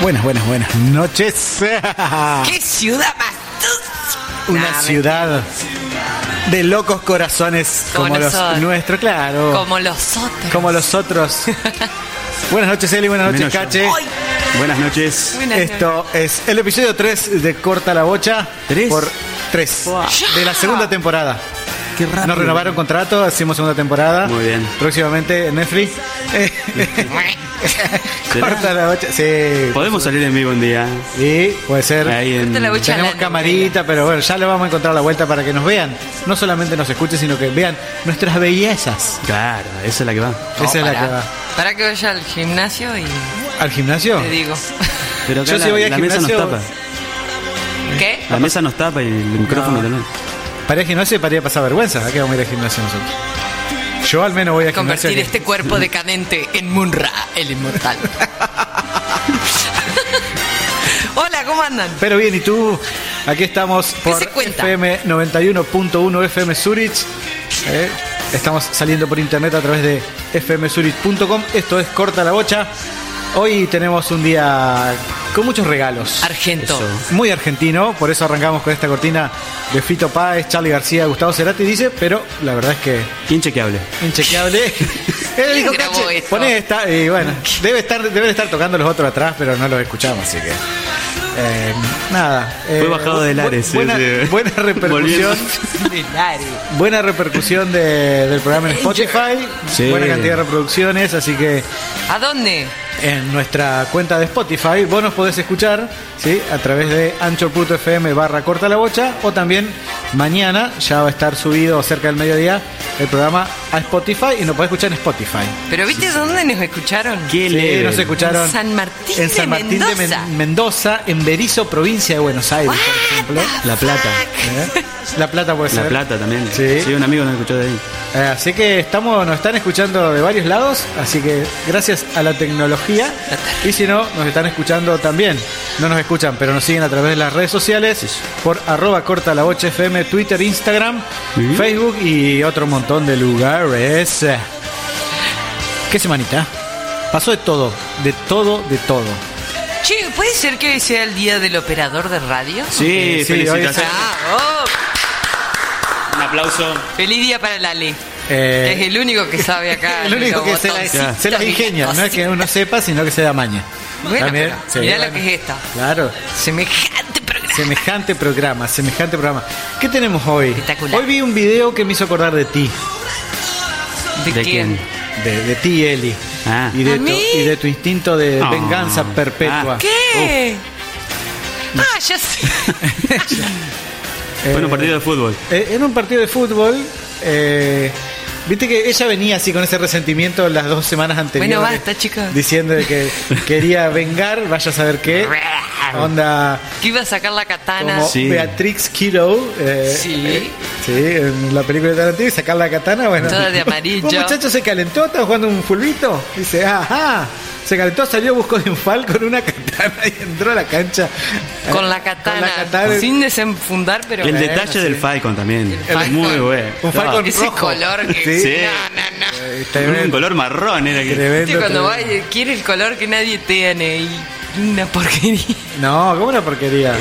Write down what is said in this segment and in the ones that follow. Buenas, buenas, buenas noches. ¡Qué ciudad más! Ah. Una Nah, ciudad de locos corazones Como como los nosotros. nuestros, claro. Como los otros. Como los otros. buenas noches, Eli. Buenas noches, Menos yo. Cache. Ay, Buenas noches. buenas noches. Esto es el episodio 3 de Corta la Bocha. ¿Tres? Por 3. Wow. De la segunda temporada. Qué rápido. Nos renovaron contrato, hacemos segunda temporada. Muy bien. Próximamente en Netflix. Eh, ¿Será? Corta la Bocha. Sí. Podemos salir en vivo un día. Y puede ser. Ahí en... Corta la bocha. Tenemos novela. camarita, pero bueno, ya le vamos a encontrar la vuelta para que nos vean. No solamente nos escuchen, sino que vean nuestras bellezas. Claro, esa es la que va. No, Esa es la pará. que va. Pará que vaya al gimnasio y ¿Al gimnasio? te digo. Pero acá Yo la, si voy al la mesa nos gimnasio- tapa. ¿Qué? La mesa nos tapa y el micrófono No. también. Para ir al gimnasio y para ir a pasar vergüenza. ¿A qué vamos a ir al gimnasio nosotros? Yo al menos voy al gimnasio. Convertir que- este cuerpo decadente en Munra, el inmortal. Hola, ¿cómo andan? Pero bien, ¿y tú? Aquí estamos por se cuenta? FM 91.1 FM Zurich. Eh, Estamos saliendo por internet a través de fmzurich.com. Esto es Corta la Bocha. Hoy tenemos un día con muchos regalos. Argento. Eso. muy argentino, por eso arrancamos con esta cortina de Fito Páez, Charlie García, Gustavo Cerati, dice, pero la verdad es que Inchequeable. inchequeable. Él dijo, grabó "Cache, esto?" poné esta, y bueno, debe estar, deben estar tocando los otros atrás, pero no los escuchamos, así que. eh, nada. eh, Fue bajado del bu- Ares, Buena, ese. buena repercusión. Volviendo. Buena repercusión de- del programa en Spotify. Sí. Buena cantidad de reproducciones, así que ¿A dónde? en nuestra cuenta de Spotify. Vos nos podés escuchar ¿sí? a través de anchor.fm barra corta la bocha o también mañana ya va a estar subido cerca del mediodía el programa a Spotify y nos podés escuchar en Spotify. ¿Pero viste dónde nos escucharon? Sí, Qué leve. nos escucharon En San Martín en de San Martín de Men- Mendoza. Mendoza, en Berizo, provincia de Buenos Aires, por ejemplo. La plata. ¿Eh? La Plata puede ser. La plata también. Sí. un amigo nos escuchó de ahí. Eh, Así que estamos, nos están escuchando de varios lados, así que gracias a la tecnología. Y si no, nos están escuchando también. No nos escuchan, pero nos siguen a través de las redes sociales, por arroba corta la bocha FM, Twitter, Instagram, Sí. Facebook y otro montón de lugares. ¿Qué semanita? ¿eh? Pasó de todo, de todo, de todo. Che, ¿puede ser que hoy sea el día del operador de radio? Sí, Sí, sí, felicitaciones. Oh. Ah, Un aplauso. oh, feliz día para la ley. Eh, es el único que sabe acá. el único que se, la- botoncitos se las y ingenia, no es cositas. que uno sepa, sino que se da maña. Bueno, También, pero sí, mirá lo bueno. que es esta. Claro. Semejante programa. Semejante programa, semejante programa. ¿Qué tenemos hoy? Espectacular. Hoy vi un video que me hizo acordar de ti, ¿De, ¿De quién? quién? de, de ti, Eli. Ah. Y, de ¿A tu, mí? y de tu instinto de Ah. venganza perpetua. Ah. ¿Qué? Ah, ya sé. Eh, Fue un partido de fútbol. eh, en un partido de fútbol, eh, viste que ella venía así con ese resentimiento las dos semanas anteriores. Bueno, basta, chicos. Diciendo de que quería vengar, vaya a saber qué. Onda que iba a sacar la katana. como Sí. Beatrix Kiddo. eh, Sí. eh, sí, en la película de Tarantino y sacar la katana, bueno. Toda de amarillo. Un muchacho se calentó, estaba jugando un fulbito. Dice, ajá. Se calentó, salió, buscó de un fal con una katana y entró a la cancha. Con la Eh, Con katana. la katana. Sin desenfundar, pero. El bueno, detalle del sí. Falcon también. Falcon. Muy bueno. Un Falcon Ese rojo. color que. Sí. Sí. No, no, no. Eh, Un tremendo, color marrón era que. Viste tremendo, cuando va tremendo. y quiere el color que nadie tiene y una porquería. No, como una porquería.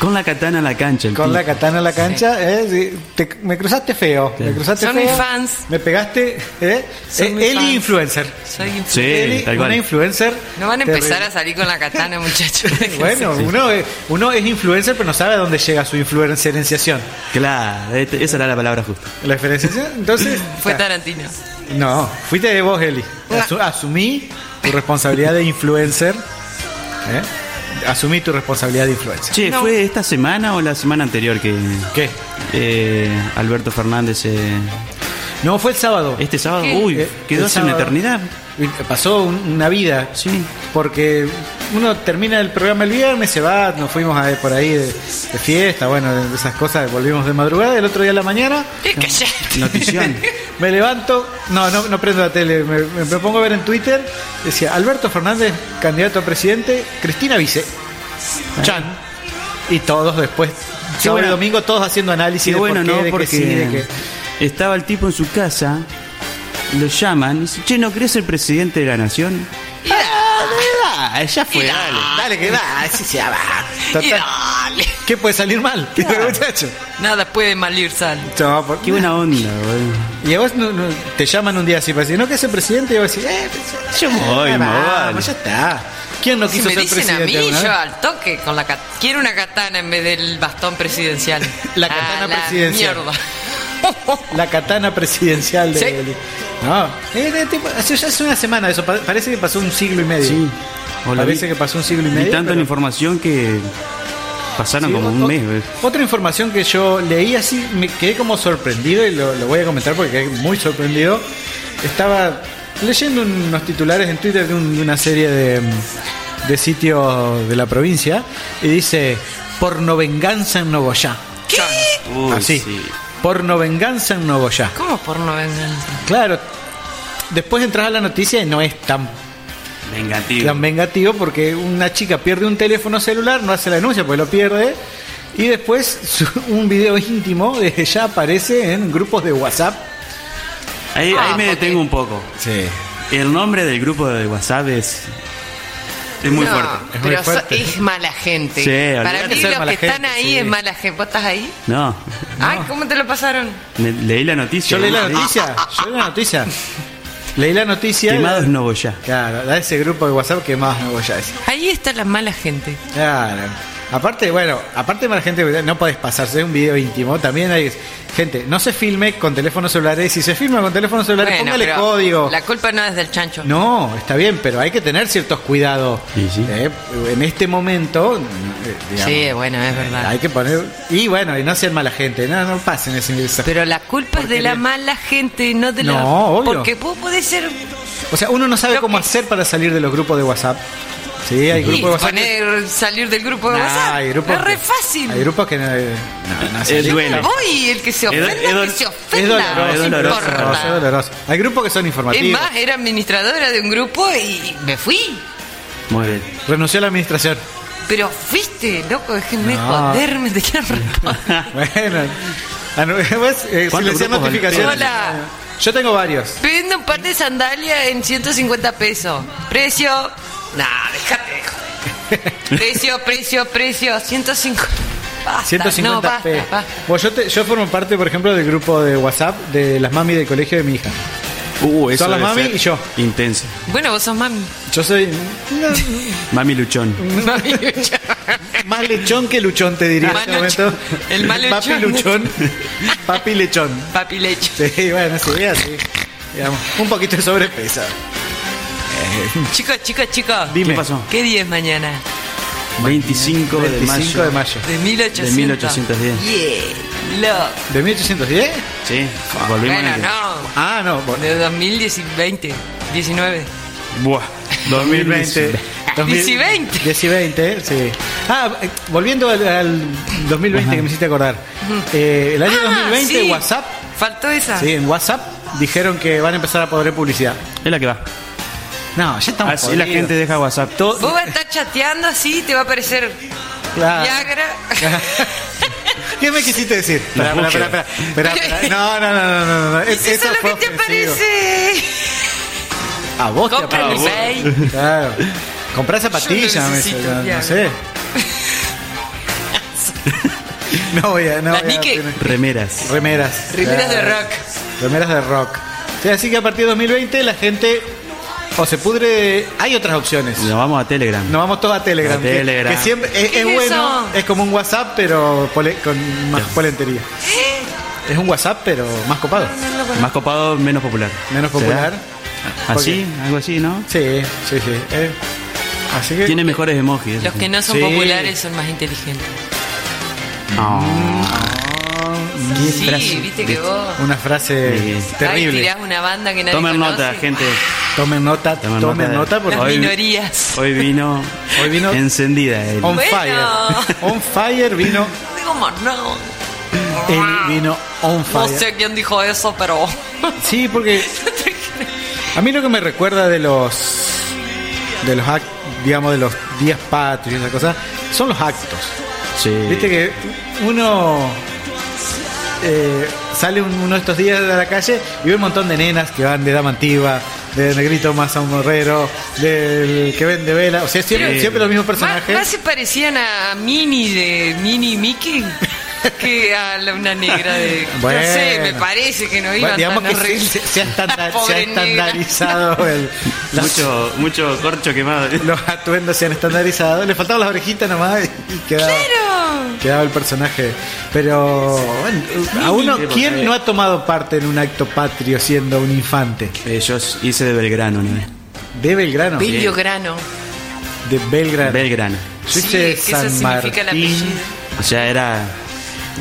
Con la katana en la cancha. el Con la tipo. katana en la cancha, eh, sí. Te- me cruzaste feo. Me cruzaste Son feo. mis fans. Me pegaste, eh. Son Eh, mis Eli fans. influencer. Soy un- Sí, Eli, tal una cual. influencer. No van a terrible. empezar a salir con la katana, muchachos. Bueno, uno, es, uno es influencer, pero no sabe a dónde llega su influenciación. Claro, este- esa era la palabra justa. La diferenciación, entonces. Fue está. Tarantino. No, fuiste de vos, Eli. Asu- asumí tu responsabilidad de influencer. ¿eh? Asumí tu responsabilidad de influencer. Che, No. ¿fue esta semana o la semana anterior que ¿Qué? eh, Alberto Fernández eh, No, fue el sábado. este sábado? ¿Qué? Uy, Eh, el quedó hace una sábado. eternidad. Y Pasó un- una vida. Sí. Porque uno termina el programa el viernes, se va, nos fuimos a, por ahí de, de fiesta, bueno, de esas cosas, volvimos de madrugada, el otro día a la mañana. Eh, Callate. Notición. Me levanto, no, no, no prendo la tele, me, me propongo ver en Twitter, decía Alberto Fernández, candidato a presidente, Cristina Vice, Ah. Chan, y todos después, sábado bueno. y domingo, todos haciendo análisis Qué de bueno, por qué, de ¿no? que Porque sí, de que- estaba el tipo en su casa, lo llaman y dice, che, ¿no querés ser presidente de la nación? Ah, ya fue, Y dale. Dale, que va, así se va. Y Total, dale. ¿Qué puede salir mal? Dijo el muchacho. Nada puede mal ir sal. No, por- Qué buena onda, boludo. Y a vos no- no- te llaman un día así para decir, no, que es el presidente, y vos decís, eh, pues, Yo me voy, ah, me vamos, vale. ya está. ¿Quién no Si quiso me ser dicen a presidente? mí, alguna yo vez? al toque con la cat- Quiero una katana en vez del bastón presidencial. La Ah, katana la presidencial. Mierda. La katana presidencial de Sí. Eli. No, eh, de tipo, hace, ya hace una semana eso, pa- parece que pasó un siglo y medio. Sí. Hola, parece vi- que pasó un siglo y Vi medio. tanta pero- información que pasaron Sí, como o- un o- mes. boludo. Otra información que yo leí así, me quedé como sorprendido y lo, lo voy a comentar porque quedé muy sorprendido. Estaba leyendo un- unos titulares en Twitter de, un- de una serie de, mm, de sitios de la provincia y dice, porno venganza en Nogoyá. ¿Qué? Uy, así, sí. porno venganza en Nogoyá. ¿Cómo porno venganza? Claro, después entras a la noticia y no es tan Vengativo. tan vengativo porque una chica pierde un teléfono celular, no hace la denuncia porque lo pierde. Y después su- un video íntimo de ella aparece en grupos de WhatsApp. Ahí, Ah, ahí porque- me detengo un poco. Sí. El nombre del grupo de WhatsApp es. Es muy No, fuerte. es muy pero so- fuerte. es mala gente. Sí, Para olvídate mí de ser los mala que están gente, ahí sí. es mala gente. ¿Vos estás ahí? No. Ay, ¿cómo te lo pasaron? Me- leí la noticia. Yo leí la Sí. Ah, noticia, yo leí la noticia. Leí la noticia. Quemados Novoya. Claro, da ese grupo de WhatsApp que más no voy a decir. Ahí está la mala gente. Claro. Aparte, bueno, aparte de la gente, no podés pasarse un video íntimo. También hay gente, no se filme con teléfonos celulares. Si se filma con teléfonos celulares, Bueno, póngale pero código. La culpa no es del chancho. No, está bien, pero hay que tener ciertos cuidados. Sí, sí. Eh, en este momento, eh, digamos, sí, bueno, es verdad. hay que poner... Y bueno, y no sean mala gente, no, no pasen ese... esa- Pero la culpa es de Porque la le- mala gente, no de la. No, obvio. Porque vos podés ser. o sea, uno no sabe Lo cómo que- hacer para salir de los grupos de WhatsApp. Sí, hay Y grupos de WhatsApp... que- poner, salir del grupo de Nah, WhatsApp. hay grupos es que- re fácil. Hay grupos que no... no, no se- Eh, duele. Hoy el que se Es do- ofenda, es do- que se es ofenda. doloroso, no es doloroso, importa. No, es doloroso. Hay grupos que son Es informativos. más, era administradora de un grupo y me fui. Muy bien. Renunció a la administración. Pero fuiste, loco, déjenme No. joderme, te quiero responder. bueno. Anu- pues, eh, ¿Cuántos silenciar grupos notificaciones. Hola. Yo tengo varios. Vende un par de sandalias en 150 pesos. Precio. Nah, déjate de joder. Precio, precio, precio. 150. Basta, 150 no, basta, pesos. basta. Bueno, yo, te- yo formo parte, por ejemplo, del grupo de WhatsApp de las mami del colegio de mi hija. Uh, eso Son las debe mami ser y yo. Intenso. Bueno, vos sos mami. Yo soy Mami Luchón. Mami lucha. más lechón que luchón, te diría en Más este momento. luchón. El más Papi luchón. luchón. Papi lechón. Papi leche. Sí, bueno, sí, así. Digamos, un poquito de sobrepeso. Chicos, chicos, chicos. Dime. Eh, ¿Qué pasó? ¿Qué día es mañana? 25, de 25 mayo. de mayo. De 1800. De 1810. Yeah, loco. ¿De 1810? Sí. Volvimos Bueno, en el- no. Ah, no, bueno, De 2020, 19. Buah. 2020. 2020. 2020, sí. Ah, eh, volviendo al, al 2020 que me hiciste acordar. Eh, el año Ah, 2020 sí. WhatsApp, Faltó esa. sí, en WhatsApp dijeron que van a empezar a poder publicidad. Es la que va. No, ya estamos Así la jodidos. gente deja WhatsApp. Vos vas a estar chateando así y te va a aparecer Claro. Viagra. ¿Qué me quisiste decir? La Espera, espera, espera, espera, espera, espera. No, no, no, no, no, no. Es, Eso es eso lo fue que te ofensivo. aparece. A vos te Compra mi aparece. Play. Claro. Comprá zapatillas, Yo no me necesito dice, no, no Viagra. sé. No voy a, no La voy a- Nike. Remeras. Remeras. Remeras de Claro. rock. Remeras de rock. Sí, así que a partir de 2020 la gente o se pudre. Hay otras opciones. Nos vamos a Telegram. Nos vamos todos a Telegram. A que- Telegram. Que, siempre es, ¿Qué es es bueno, eso? es como un WhatsApp, pero pole- con más polentería. Es un WhatsApp, pero más copado. Más copado, menos popular. Menos popular. ¿Será? Ah, Así, algo así, ¿no? Sí, sí, sí. Eh, así que. eh, Tiene mejores emojis. eso Los sí. que no son Sí. populares son más inteligentes. Ah. Qué Sí, frase. viste que vos. Una frase Sí. Ay, terrible. tirás una banda que nadie Tomen conoce. nota, gente. Tomen nota, tomen, Tomen nota de- nota, porque Las Hoy- minorías. Hoy vino, Hoy vino- encendida. Eli. on Bueno. fire. On fire vino. Digo, "Mar, no. Él vino on No fire. sé quién dijo eso, pero. Sí, porque a mí lo que me recuerda de los de los act- digamos de los días patrios y esas cosas son los actos. Sí. Viste que uno eh, sale un- uno de estos días a la calle y ve un montón de nenas que van de dama antigua, de Negrito más a un morrero, del que vende vela. O sea, siempre, Sí. siempre los mismos Más, personajes. más se parecían a Mini de Mini Mickey que a la- una negra de. Bueno. No sé, me parece que no Bueno, iban digamos tan que se, horrible. se- se ha estanda- Pobre se ha negra. estandarizado el, las- Mucho, mucho corcho quemado. los atuendos se han estandarizado. Le faltaban las orejitas nomás y, y quedaba, Claro. quedaba el personaje. Pero bueno, a uno, porque- ¿quién no ha tomado parte en un acto patrio siendo un infante? Eh, yo hice de Belgrano una vez. De Belgrano. Bello grano. De Belgrano. Belgrano. Yo Sí, hice es que eso San significa el Martín. apellido. O sea, era.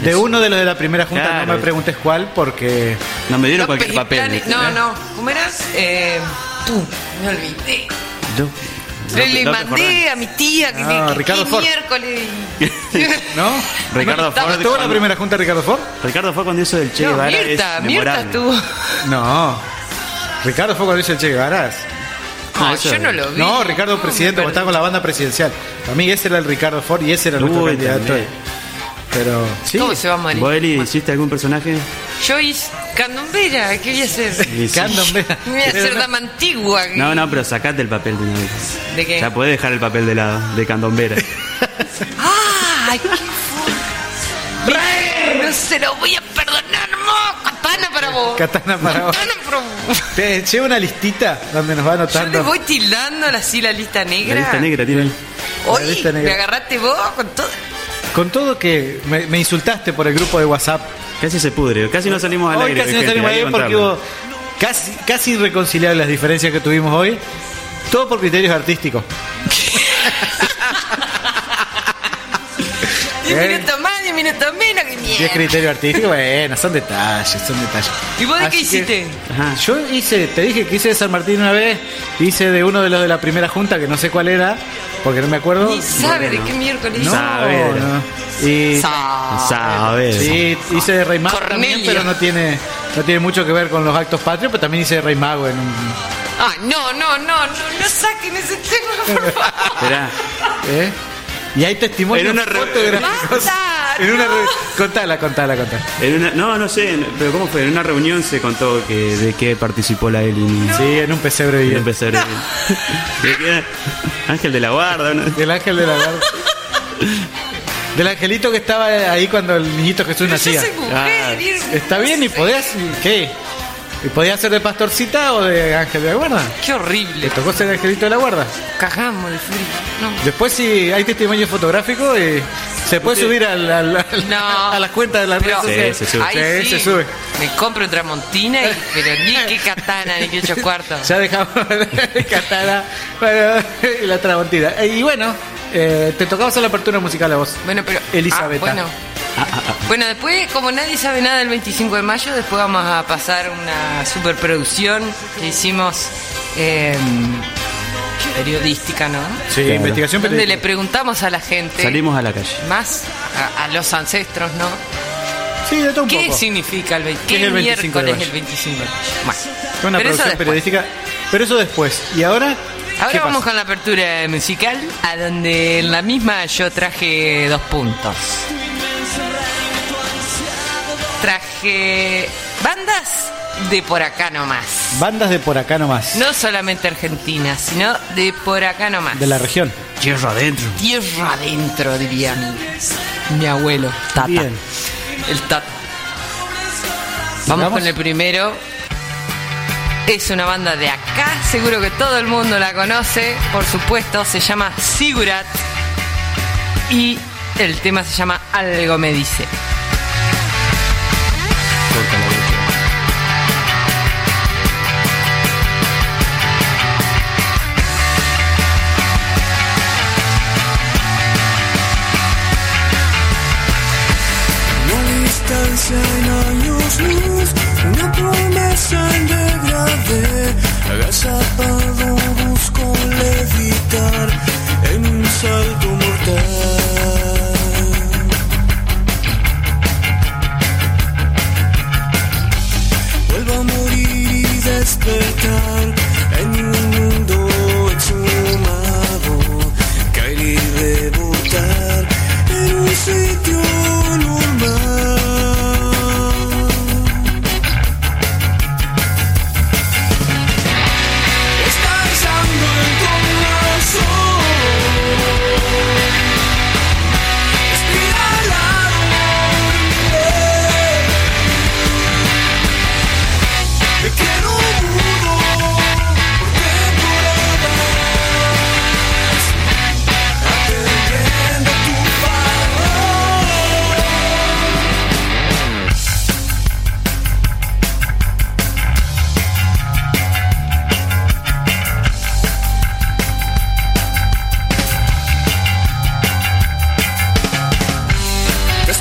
De uno de los de la primera junta, no Claro. me preguntes cuál, porque No me Los dieron cualquier papel. ¿eh? pelitanes- ¿viste? No, no. ¿Cómo era? Eh, pum, me olvidé. Yo- Le, le López mandé a mi tía que, Ah, que- que- Ricardo que Ford. miércoles. Jordán. ¿no? Ricardo estaba- ¿Estuvo Ford. en la cuando- primera junta Ricardo Ford? Ricardo fue cuando hizo del Che No, Guevara. es Mirta, Mirta memorable. estuvo. No. Ricardo fue cuando hizo el Che Guevara. No, No, eso- Ah, yo no lo vi. No, Ricardo No, presidente, me cuando estaba con la banda presidencial. Para mí ese era el Ricardo Ford y ese era nuestro Uy, candidato. también. Pero sí, ¿Cómo se va a morir? ¿Vos, Eli, hiciste algún personaje? Yo hice candombera, ¿qué voy a hacer? Y sí. candombe. Me voy a hacer Pero no- dama antigua. No, no, pero sacate el papel de una vez. ¿De qué? Ya podés dejar el papel de lado, de candombera. ¡Ay, qué fuerte! No se lo voy a perdonar, mo. Katana para vos. Katana para vos. Katana para vos. Te llevo una listita donde nos va Yo le anotando. voy tildando así la lista La negra. lista negra tiene. Hoy La lista negra. me agarraste vos con todo. Con todo que me, me insultaste por el grupo de WhatsApp. Casi se pudre, casi no salimos al Hoy aire. casi no gente, salimos hay que ahí porque encontrarlo. hubo casi, casi irreconciliables las diferencias que tuvimos hoy. Todo por criterios artísticos. Diez Eh. minutos más, diez minutos menos, que Y es mierda. criterio artístico, bueno, son detalles, son detalles. ¿Y vos de qué Así que- hiciste? Ajá. Yo hice, te dije que hice de San Martín una vez, hice de uno de los de la primera junta, que no sé cuál era, porque no me acuerdo. Ni sabe de qué miércoles. No, Sabe. no. Y, Sa- Sabes. sí, hice de Rey Mago también, Cornelio. pero no tiene, no tiene mucho que ver con los actos patrios, pero también hice de Rey Mago en un... Ah, no, no, no, no, no saquen ese tema, por favor. Esperá. ¿eh? Y hay testimonios En una re- fotográficos. Basta, En una no. re- Contala, contala, contala. En una- no, no sé, pero ¿cómo fue? En una reunión se contó que de qué participó la Eli. Sí, en un pesebre Y viviente. empezar. de qué- Ángel de la Guarda. ¿no? Del ángel de la guarda. Del angelito que estaba ahí cuando el niñito Jesús Yo nacía. soy mujer. Ah, y- Está bien, y podías. ¿Qué? ¿Y podías ser de pastorcita o de ángel de la guarda? Qué Le horrible. tocó ser angelito de la guarda. Cagamos de frío. No. Después, si hay testimonio fotográfico, eh, se puede subir al- al- al- No. a las cuentas de las redes Pero sociales. Sí, se sube. Ahí Sí, sí, se sube. Me compro un Tramontina, y, pero ni qué katana, ni qué ocho cuartos. Ya dejamos Catara bueno, y la tramontina. Y bueno, eh, te tocaba hacer la apertura musical a vos. Bueno, pero. Elisabetta. ah. Ah, bueno. Bueno, después, como nadie sabe nada del 25 de mayo, después vamos a pasar una superproducción que hicimos eh, periodística, ¿no? Sí, Claro. investigación Donde le periodística. preguntamos a la gente, Salimos a la calle. más a, a los ancestros, ¿no? Sí, de todo un ¿Qué poco. significa el, vei- ¿Qué es qué el 25 de miércoles mayo? el 25 de mayo? Bueno, Fue una pero eso producción después. periodística. Pero eso después. ¿Y ahora? ¿Qué Ahora vamos pasa? con la apertura musical, a donde en la misma yo traje dos puntos. Traje bandas de por acá nomás. Bandas de por acá nomás. No solamente argentinas, sino de por acá nomás. De la región. Hierro adentro. Tierra adentro, diría mi, mi abuelo, Tata. Bien. El Tata. Vamos, ¿Vamos? con el primero. Es una banda de acá, seguro que todo el mundo la conoce, por supuesto, se llama Sigurat y el tema se llama Algo me dice. Una distancia en años luz, una promesa en degrade, agazapado busco levitar en un salto mortal. Vuelvo a morir y despertar en un mundo exhumado, caer y rebotar en un sitio normal.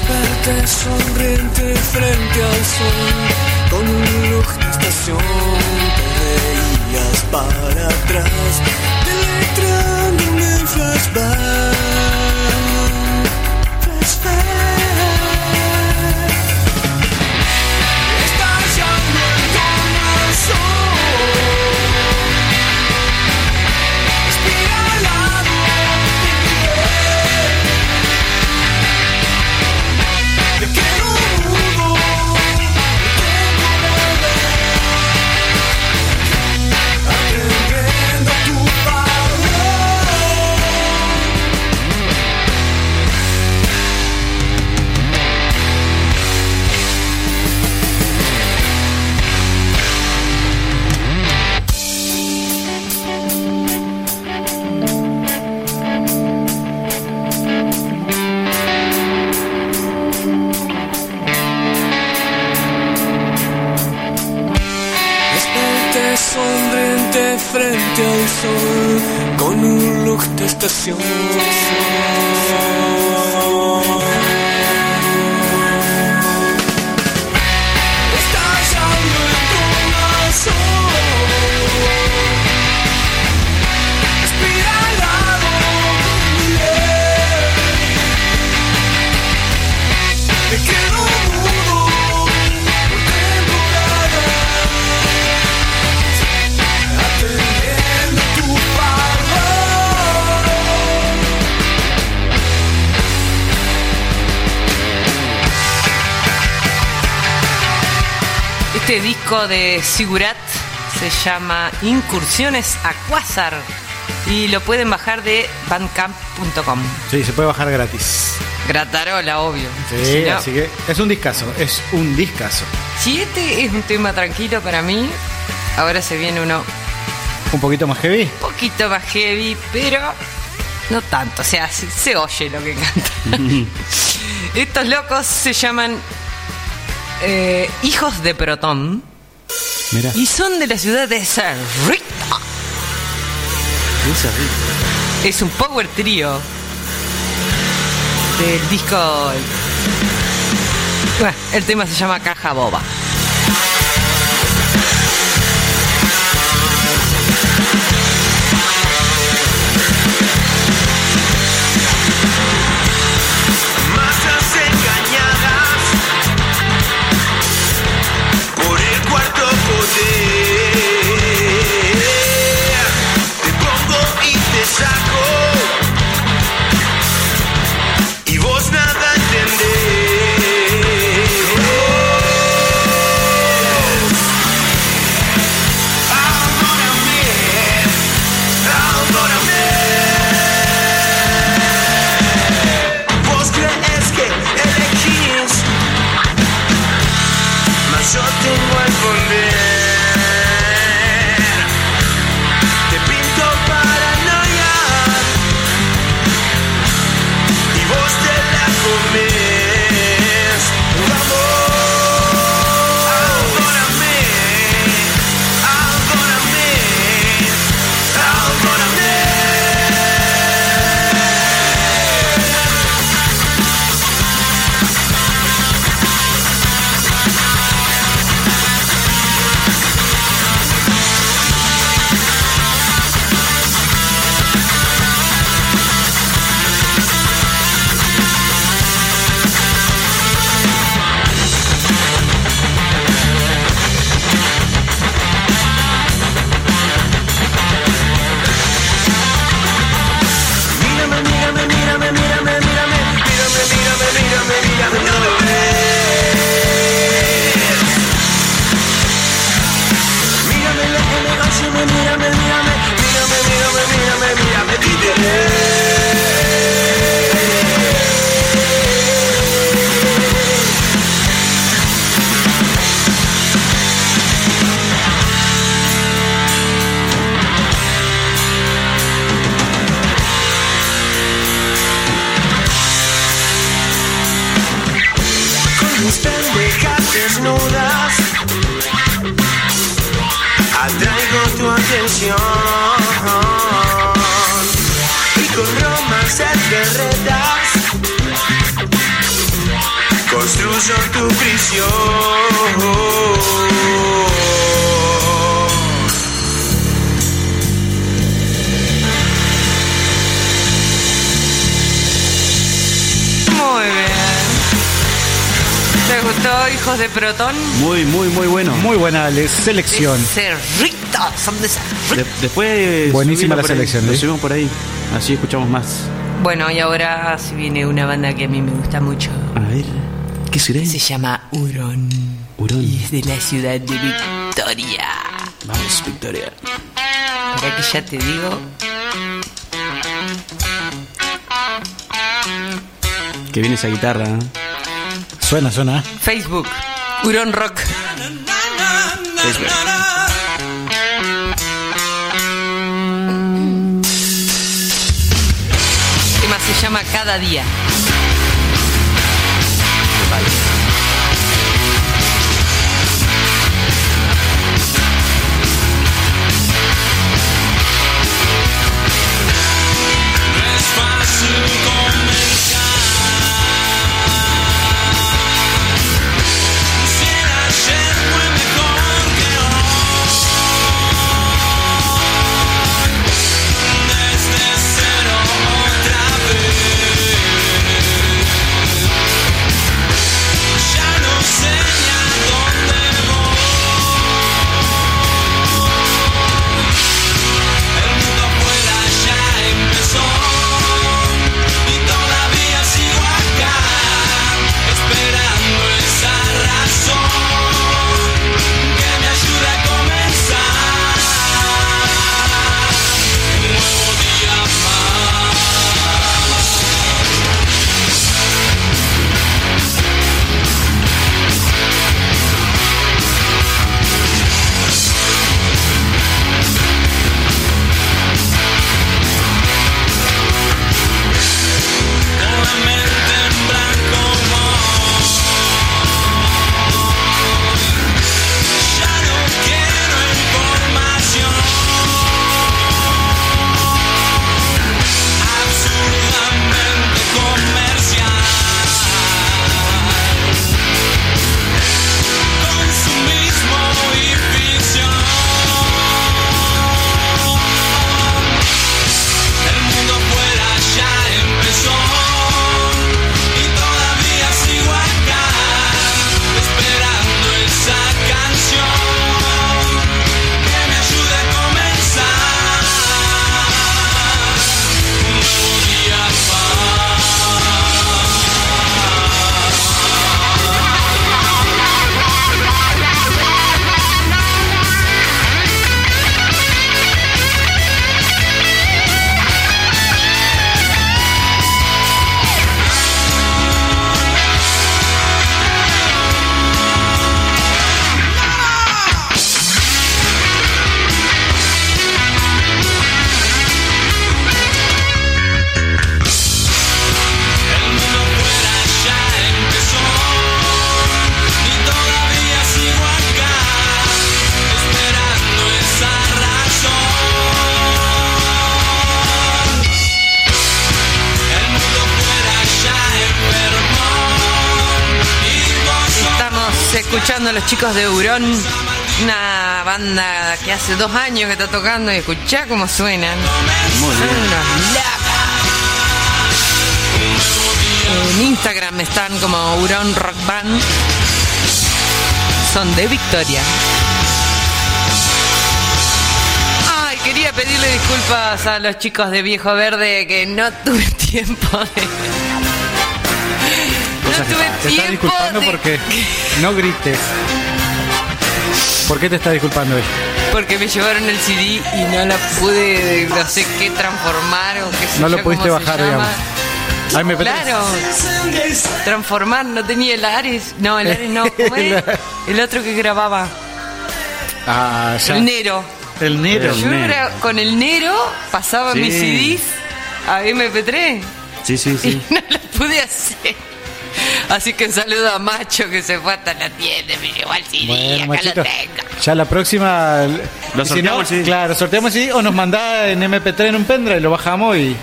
Verte sonriente frente al sol Con un look de estación Te reías para atrás Deletrándome en flashback Flashback Estallando el corazón Espiralado en mi piel Te quiero mudo Tengo volver Aprendiendo tu valor Desperté sonriente frente al sol con un look de estación. Estallando el corazón, espiralado en miel. Me quedo mudo por temporada. Atendiendo tu valor Este disco de Sigurat se llama Incursiones a Quasar y lo pueden bajar de bandcamp.com. Sí, se puede bajar gratis. Gratarola, obvio. Sí, Si no- así que es un discazo, es un discazo. Si este es un tema tranquilo para mí, ahora se viene uno Un poquito más heavy. un poquito más heavy, pero no tanto. O sea, se, se oye lo que canta. Estos locos se llaman eh, Hijos de Protón Mira, y son de la ciudad de Sarrita. esa rica. Es un power trío del disco. Bueno, el tema se llama Caja Boba. Masas engañadas por el cuarto poder. Te pongo y te saco y vos nada entendés. Adórame, adórame. Vos crees que elegís Mas yo tengo al poder Te pinto paranoia Y vos te la comes Vamos Adórame Adórame Adórame Mírame, mírame, mírame, mírame, mírame, mírame, mírame, mírame, mírame, no me ves. Mírame lo que me hace, me mírame, mírame, mírame, mírame, mírame, mírame, dígame. Con mis pendejas desnudas atraigo tu atención y con romances berretas con construyo tu prisión. Muy bien. ¿Te gustó, hijos de Protón? Muy, muy, muy bueno. Muy buena le- selección. Cerritos, son de Cerritos. De- después. Buenísima subimos la por ahí, selección, Lo ¿eh? subimos por ahí. Así escuchamos más. Bueno, y ahora si viene una banda que a mí me gusta mucho. A ver. ¿Qué será? Se llama Hurón. Hurón. Y es de la ciudad de Victoria. Vamos, Victoria. Para que ya te digo. Que viene esa guitarra. ¿eh? Suena, suena. Facebook. Hurón Rock. Es verdad. El tema se llama Cada Día. Estamos escuchando a los chicos de Hurón. Una banda que hace dos años que está tocando y escuchá cómo suenan. Muy Son bien. unos lacas. En Instagram están como Hurón Rock Band. Son de Victoria. Ay, quería pedirle disculpas a los chicos de Viejo Verde que no tuve tiempo de. No Cosas que- tuve te estás tiempo disculpando de- porque no grites. ¿Por qué te estás disculpando hoy? Porque me llevaron el CD y no la pude, no sé qué, transformar o qué sé No lo yo pudiste cómo se bajar, llama. Ay, me parece- Claro, transformar, no tenía el Ares. No, el Ares no, ¿cómo es? El otro que grababa, Ah, ya. el Nero. El Nero. El Yo Nero. gra- con el Nero pasaba Sí. mis CDs a MP3 Sí, sí, sí. y no lo pude hacer. Así que un saludo a Macho que se fue hasta la tienda, me llevó al CD, acá Bueno, machito. lo tengo. Ya la próxima. el- Lo y sorteamos el CD. Claro, sorteamos el CD o nos mandá en MP3 en un pendrive, lo bajamos y,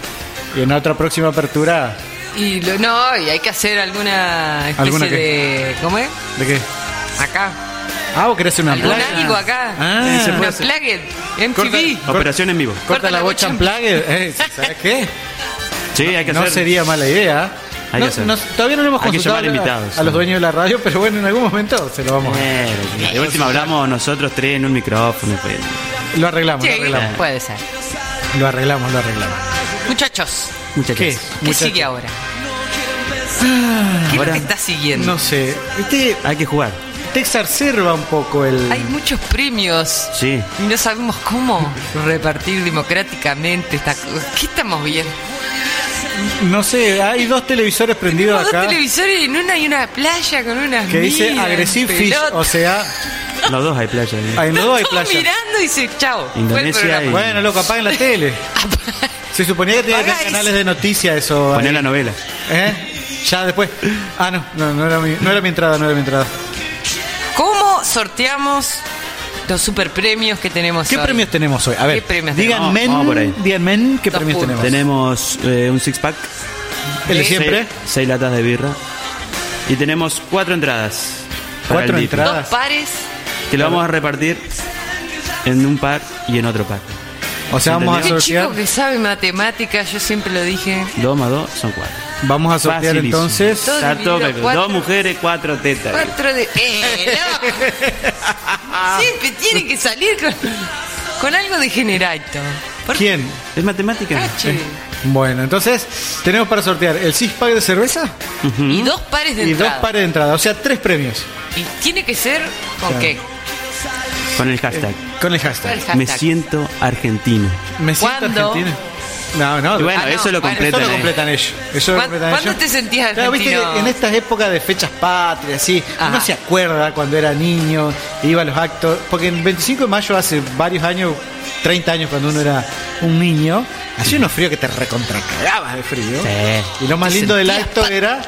y en otra próxima apertura Y lo, no, y hay que hacer alguna especie ¿Alguna qué? de. ¿Cómo es? ¿De qué? Acá. Ah, vos querés hacer una ¿Algún plaga? algo acá? Ah, se puede una hacer. plaga. MTV. Operación en vivo. Corta la bocha en plague. Eh, ¿Sabes qué? Sí, hay que no hacer. sería mala idea. ¿eh? Hay No- que hacer. no- todavía no lo hemos Hay que consultado llamar a- invitados, Eh. a, los sí. dueños de la radio, pero bueno, en algún momento se lo vamos. a- Bueno, De última hablamos nosotros tres en un micrófono. pues. pero- Lo arreglamos, Sí, lo arreglamos. puede ser. Lo arreglamos, lo arreglamos. Muchachos, Muchachos. ¿Qué? Ah. ¿qué Muchachos. sigue ahora? ¿Qué es lo ahora- que está siguiendo? No sé. Viste, Hay que jugar. te exacerba un poco el. Hay muchos premios. Sí. Y no sabemos cómo repartir democráticamente esta co- ¿Qué estamos viendo? No sé, hay dos televisores prendidos Dos acá televisores y en una hay una playa con unas que dice minas, Aggressive Fish. pelotas. O sea, Los dos hay playa. ¿eh? en los dos hay Todos playa. mirando y dice, chao. fue el Indonesia programa. y- Bueno, loco, apaguen la tele. Se suponía que tenía que Apagá tener canales de noticia eso. Poner ahí. la novela. ¿Eh? Ya después. Ah, no, no, no era mi, no era mi entrada, no era mi entrada. ¿Cómo sorteamos los super premios que tenemos ¿Qué hoy? premios tenemos hoy? A ver, ¿Qué premios díganme, tenemos? Vamos por ahí. díganme qué Dos premios puntos. tenemos. Tenemos eh, un six pack, El de Sí. siempre. seis, seis latas de birra y tenemos cuatro entradas. para Cuatro el DIP, entradas. Dos pares. Que lo vamos a repartir en un pack y en otro pack. O sea, vamos a Qué sortear. chico que sabe matemáticas, yo siempre lo dije. Dos más dos son cuatro. Vamos a sortear Facilísimo. entonces. Dos Está todo dividido calculado. cuatro. Dos mujeres, cuatro tetas. Cuatro de. ¡Eh, loco! Siempre tiene que salir con, con algo de generato. ¿Por qué? ¿Quién? ¿Es matemática? Cache. Bueno, entonces tenemos para sortear el six pack de cerveza Y dos pares de y dos entradas. pares de entrada, o sea, tres premios Y tiene que ser con qué? Con el hashtag. con el ¿Cuál hashtag. hashtag? Me siento argentino. Eh, Me siento ¿Cuándo? argentino. No, no, Y bueno, Ah, no, eso lo bueno, eso completan. lo eh. completan ellos. Eso lo ¿Cuán- completan cuándo ellos. te sentías Claro, viste que argentino? en este- estas épocas de fechas patrias, sí, Ajá. uno se acuerda cuando era niño, iba a los actos, porque el 25 de mayo hace varios años, 30 años cuando uno era un niño, hacía unos fríos que te recontracagabas Ah, de frío. Sí. Y lo más Te lindo del sentías acto pa- era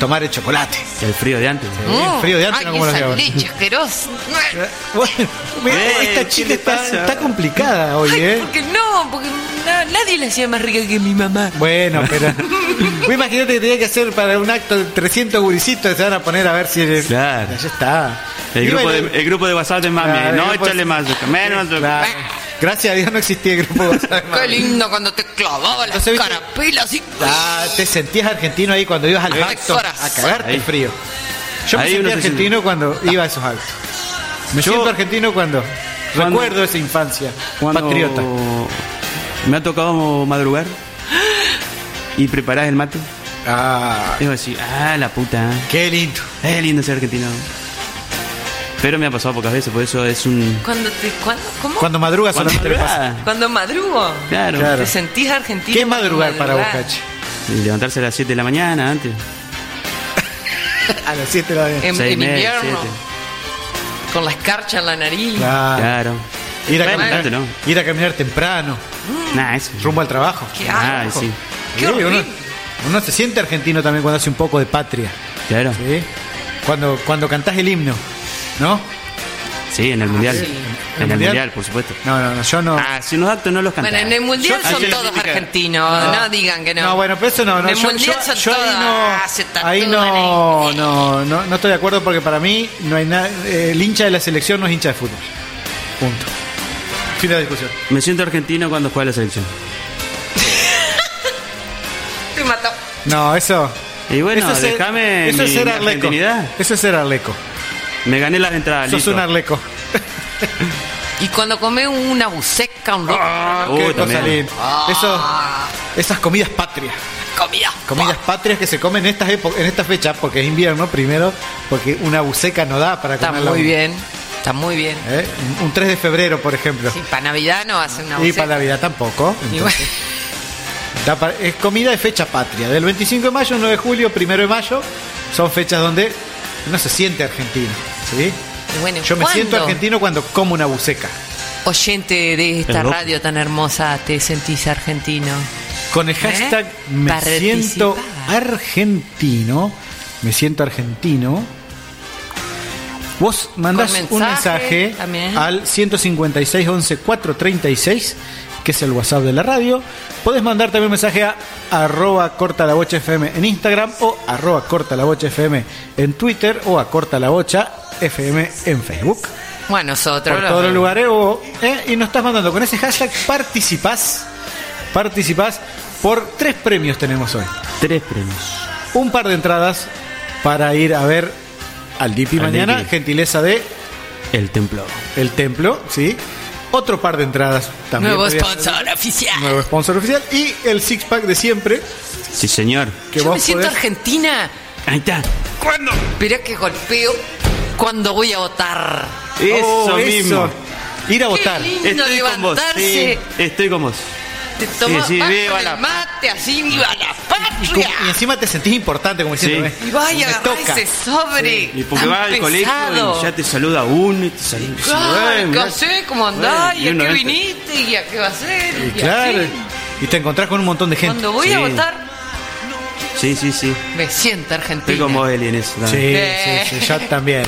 tomar el chocolate. El frío de antes. eh. bien frío de antes, Mm, Ay, no como los de esa ahora. leche asquerosa. Bueno, mirá, Eh, esta ¿qué chica le está, pasa? está complicada hoy, Ay, ¿eh? porque no, porque na- nadie la hacía más rica que mi mamá. Bueno, pero. Vos imaginate que tenía que hacer para un acto de 300 gurisitos, se van a poner a ver si. eres- Claro. Ya está. El, Y grupo bueno, de, el grupo de WhatsApp de mami. Claro, el no, grupo de- échale más azúcar. Menos azúcar. claro. Gracias a Dios no existía el grupo de WhatsApp. Qué lindo cuando te clavaba las Entonces, ¿viste? carapelas y... Ah, te sentías argentino ahí cuando ibas al Ahí. acto a cagarte Ahí. frío. Yo me Ahí uno sentí se Ah. argentino cuando iba a esos actos. Me Yo- siento argentino cuando. Cuando- Recuerdo esa infancia. Cuando Patriota. Me ha tocado madrugar y preparás el mate. Ah, Digo así, ah, la puta. qué lindo. Es lindo ser argentino. Pero me ha pasado pocas veces, por eso es un. Cuando te... cuando- ¿Cómo? Cuando madrugas solamente le pasa. madrugada. Cuando madrugo. Claro. Claro. Te sentís argentino. ¿Qué cuando madrugar para vos, madrugás. Cachi? Y levantarse a las 7 de la mañana antes. A las 7 de la mañana. En, Seis y en media, invierno. siete. Con la escarcha en la nariz. Claro. Claro. Ir a, Bueno, caminar, tanto no. Mm. ir a caminar temprano, Nah, eso. rumbo al trabajo. Qué Ah, asco. sí. Qué Sí, uno, horrible. uno se siente argentino también cuando hace un poco de patria. Claro. Sí, ¿sí? Cuando, cuando cantás el himno, ¿no? en el mundial. sí. En el Ah, ¿El mundial? mundial, por supuesto. No, no, no, yo no. Ah, si unos actos no los Bueno, en cantamos. el mundial Yo- son ayer- todos argentinos. No. digan que no. No, bueno, pero eso no, no. En el yo, mundial yo- son yo todos. ah, se ahí tatúan no, ahí no, ahí. no, no, no estoy de acuerdo porque para mí no hay nada. eh, el hincha de la selección no es hincha de fútbol. Punto. Fin de la discusión. Me siento argentino cuando juega la selección. Te mató. No, eso. Y bueno, eso ser- déjame Eso es mi- ser mi arleco. argentinidad. Eso es ser arleco. Me gané las entradas. Sos Ah, listo. un arleco. Y cuando comés una buceca, un rojo, Uh, Qué cosa también. linda. Ah, Eso, esas comidas patrias. comida. Comidas patrias que se comen en estas epo- en esta fecha, porque es invierno primero, porque una buceca no da para Está comer muy bien. Está muy bien. Un 3 de febrero, por ejemplo. Sí, para Navidad no hacen una y buceca. para Navidad tampoco. Y entonces. bueno, Da para- es comida de fecha patria. Del 25 de mayo, 9 de julio, 1 de mayo, son fechas donde uno se siente argentino. ¿sí? y bueno, Yo me ¿cuándo, siento argentino cuando como una buceca. Oyente de esta El rojo. radio tan hermosa, te sentís argentino. Con el hashtag ¿Eh? me Participá. siento argentino. Me siento argentino. Vos mandás Con mensaje un mensaje también. al 156 11 436 que es el WhatsApp de la radio. Podés mandar también un mensaje a arroba corta la bocha FM en Instagram o arroba corta la bocha FM en Twitter o a corta la bocha FM en Facebook. O a nosotros. Por los- todos los lugares o, eh, y nos estás mandando con ese hashtag participás. Participás por tres premios tenemos hoy. Tres premios. Un par de entradas para ir a ver al Dipi Al mañana, Dipi. gentileza de El templo. El Templo, ¿sí? Otro par de entradas también. Nuevo podría ser. sponsor oficial. Nuevo sponsor oficial y el six pack de siempre Sí, señor. que Yo me vos siento podés- argentina. Ahí está. ¿Cuándo? Pero que golpeo cuando voy a votar. Eso Oh, mismo. Ir a votar. lindo levantarse. vos. sí. estoy con vos. Te tomas Sí, sí, pan viva con la- el mate así, viva la Y, como- patria. y encima te sentís importante como diciendo, Sí. eh, Y vaya a me agarrar toca. ese sobre. Y porque tan va al colegio pesado. y ya te saluda uno y te saluda. Claro, Bueno, ¿qué hacés? ¿Cómo andás? Bueno, ¿Y a uno qué entra. viniste? ¿Y a qué va a ser? Y Y claro. así. Y te encontrás con un montón de gente. Cuando voy a Sí. votar, Sí, sí, sí. me siento Estoy argentina. con vos, Eli, en eso. también. Sí, Eh. sí, sí, yo también.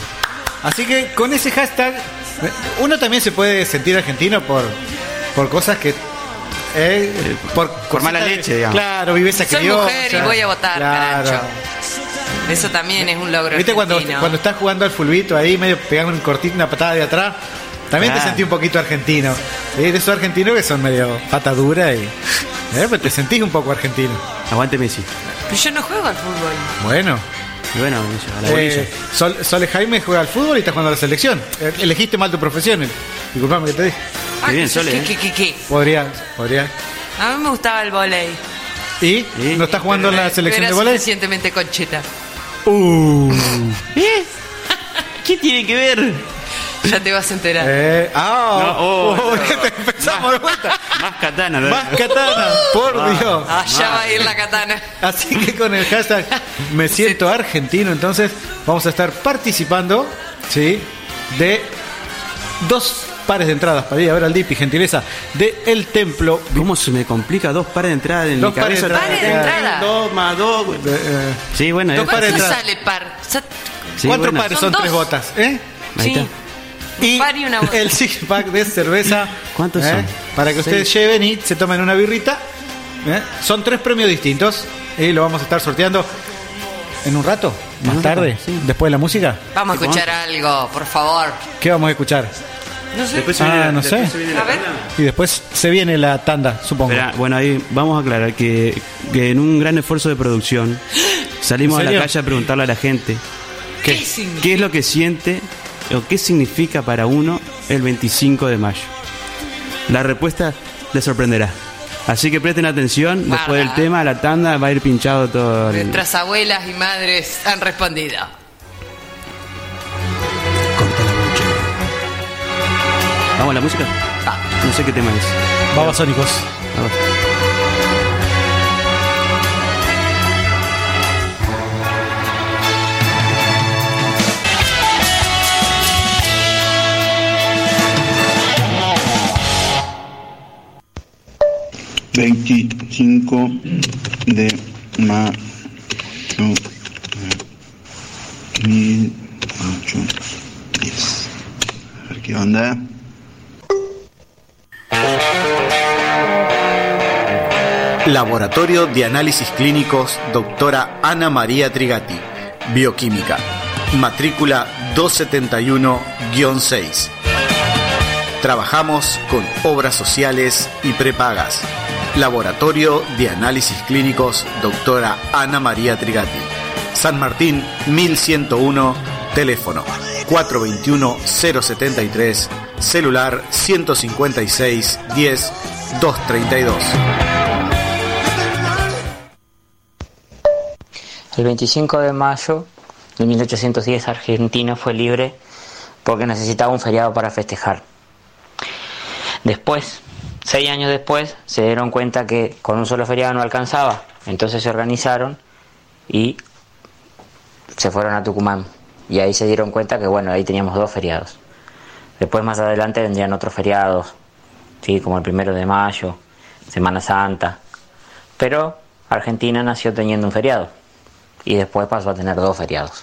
Así que con ese hashtag, uno también se puede sentir argentino por, por cosas que. eh, por, cositas- mala leche, digamos. Claro, viveza Soy criolla. mujer y voy a votar, Claro. caracho. Eso también es un logro. ¿Viste cuando, argentino. cuando estás jugando al fulbito ahí, medio pegando un cortito, una patada de atrás? También te Claro. sentí un poquito argentino. Eh, de esos argentinos que son medio patadura y. eh, pero te sentís un poco argentino. Aguante Messi. Pero yo no juego al fútbol. Bueno. Y bueno, a la Eh, orilla. Sol, Sole Jaime juega al fútbol y está jugando a la selección. Eh, Elegiste mal tu profesión. Disculpame que te dije. Ah, bien, que- Sole, que- eh. que- que- que- Podría, podría. A mí me gustaba el volei. ¿Y? Sí. ¿No está jugando en la selección Era de volei? suficientemente concheta. Uh. ¿Eh? ¿Qué tiene que ver? Ya te vas a enterar. Eh, ah, No, oh, oh, no. ya te empezamos de vuelta. Más katana, ¿verdad? Más katana, por Ah. Dios. Allá va a ir la katana. Así que con el hashtag me siento argentino, entonces vamos a estar participando, ¿sí? De dos pares de entradas para ir a ver al DIPI, gentileza, de El Templo. ¿Cómo se me complica dos pares de entrada en Dos mi cabeza? pares de Pares de entrada. entrada. Dos más dos. güey. de, eh, Sí, bueno, Dos es- pares de ¿Cuánto entrada. sale par? Sa- Sí, cuatro bueno. pares Son son, tres dos. botas, ¿eh? Ahí Sí. está. Y Un par y una bota. el six pack de cerveza. ¿Cuántos ¿eh? son? Para que ustedes Seis. lleven y se tomen una birrita. ¿eh? Son tres premios distintos y lo vamos a estar sorteando en un rato, más un rato, tarde, sí. después de la música. Vamos a escuchar algo, por favor. ¿Qué vamos a escuchar? No sé. Después se Ah, viene la- no después sé. se viene la A ver. tanda. Y después se viene la tanda, supongo. Esperá, bueno, ahí vamos a aclarar que, que en un gran esfuerzo de producción salimos ¿En a la serio? calle a preguntarle a la gente ¿Qué, ¿Qué? significa? qué es lo que siente o qué significa para uno el 25 de mayo. La respuesta les sorprenderá. Así que presten atención, después del Guarda. tema, la tanda va a ir pinchado todo. el- Nuestras abuelas y madres han respondido. Corta la bocha. Vamos a la música. No sé qué tema es. Babasónicos. A ver. Veinticinco de mayo mil ocho diez. A ver qué onda. Laboratorio de Análisis Clínicos, doctora Ana María Trigati, Bioquímica, matrícula 271-6. Trabajamos con obras sociales y prepagas. Laboratorio de Análisis Clínicos, doctora Ana María Trigati, San Martín 1101, teléfono 421-073, celular 156-10-232. El 25 de mayo de 1810 Argentina fue libre porque necesitaba un feriado para festejar. Después, seis años después, se dieron cuenta que con un solo feriado no alcanzaba, entonces se organizaron y se fueron a Tucumán. Y ahí se dieron cuenta que, bueno, ahí teníamos dos feriados. Después, más adelante, vendrían otros feriados, ¿sí? como el primero de mayo, Semana Santa. Pero Argentina nació teniendo un feriado y después pasó a tener dos feriados.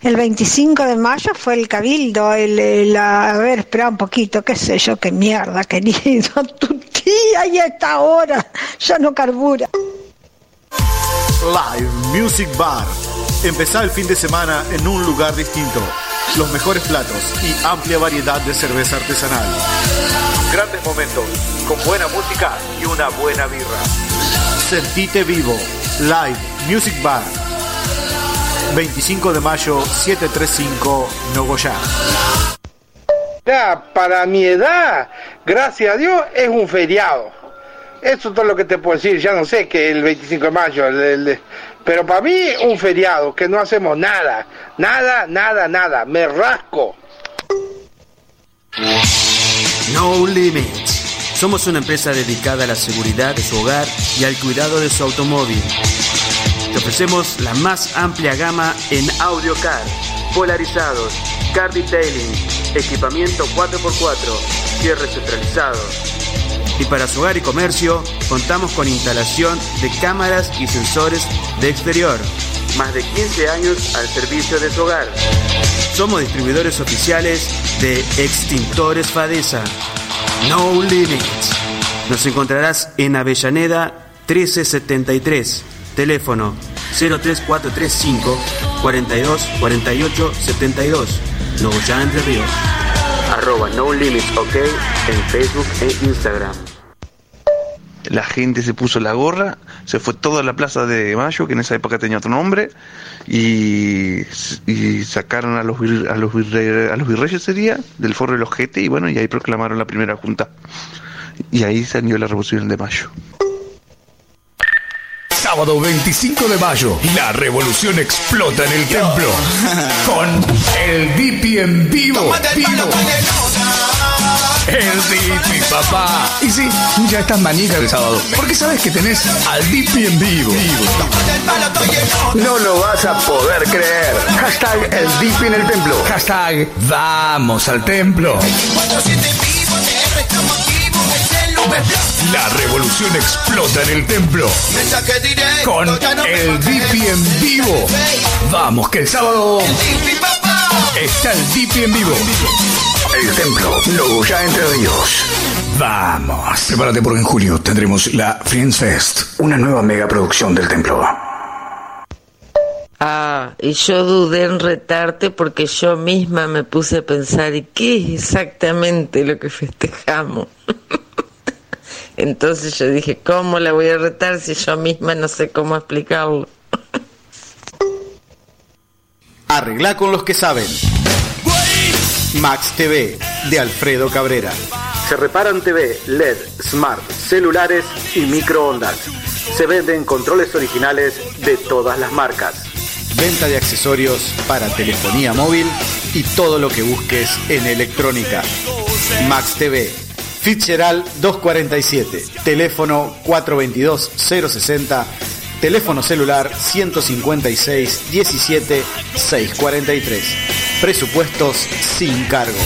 El 25 de mayo fue el cabildo, el, el- la- a ver, espera un poquito, qué sé yo, qué mierda, querido, tu tía ya está ahora, ya no carbura. Live Music Bar. Empezá el fin de semana en un lugar distinto. Los mejores platos y amplia variedad de cerveza artesanal. Grandes momentos, con buena música y una buena birra. Sentite vivo. Live Music Bar. 25 de mayo, 735, Nogoyá. Ya, para mi edad, gracias a Dios, es un feriado. Eso es todo lo que te puedo decir. Ya no sé que el 25 de mayo, el- el- pero para mí un feriado, que no hacemos nada, nada, nada, nada. Me rasco. No Limits. Somos una empresa dedicada a la seguridad de su hogar y al cuidado de su automóvil. Te ofrecemos la más amplia gama en audio car, polarizados, car detailing, equipamiento 4x4, cierres centralizados. Y para su hogar y comercio, contamos con instalación de cámaras y sensores de exterior. Más de 15 años al servicio de su hogar. Somos distribuidores oficiales de Extintores Fadesa. No Limits. Nos encontrarás en Avellaneda 1373. Teléfono 03435 42 48 72. Nogoyá Entre Ríos. Arroba No Limits OK en Facebook e Instagram. La gente se puso la gorra, se fue toda la plaza de Mayo, que en esa época tenía otro nombre, y, y sacaron a los, vir- a, los virre- a los virreyes, sería, del forro del ojete, y bueno, y ahí proclamaron la primera junta. Y ahí salió la revolución de Mayo. Sábado 25 de mayo, la revolución explota en el templo con el Dipi en vivo. vivo. El Dipi, papá. Y sí, ya estás manija el sábado. Porque sabes que tenés al Dipi en vivo. No lo vas a poder creer. Hashtag el Dipi en el templo. Hashtag vamos al templo. La revolución explota en el templo con el Dipi en vivo. Vamos, que el sábado está el Dipi en vivo. El templo, luego ya entre ríos. Vamos. Prepárate porque en junio tendremos la Friends Fest, una nueva mega producción del templo. Ah, y yo dudé en retarte porque yo misma me puse a pensar, ¿y qué es exactamente lo que festejamos? Entonces yo dije, ¿cómo la voy a retar si yo misma no sé cómo explicarlo? Arregla con los que saben. Max TV de Alfredo Cabrera. Se reparan TV, LED, E smart, celulares y microondas. Se venden controles originales de todas las marcas. Venta de accesorios para telefonía móvil y todo lo que busques en electrónica. Max TV. Fitzgerald 247. Teléfono 422-060. Teléfono celular 156 17 643. Presupuestos sin cargo.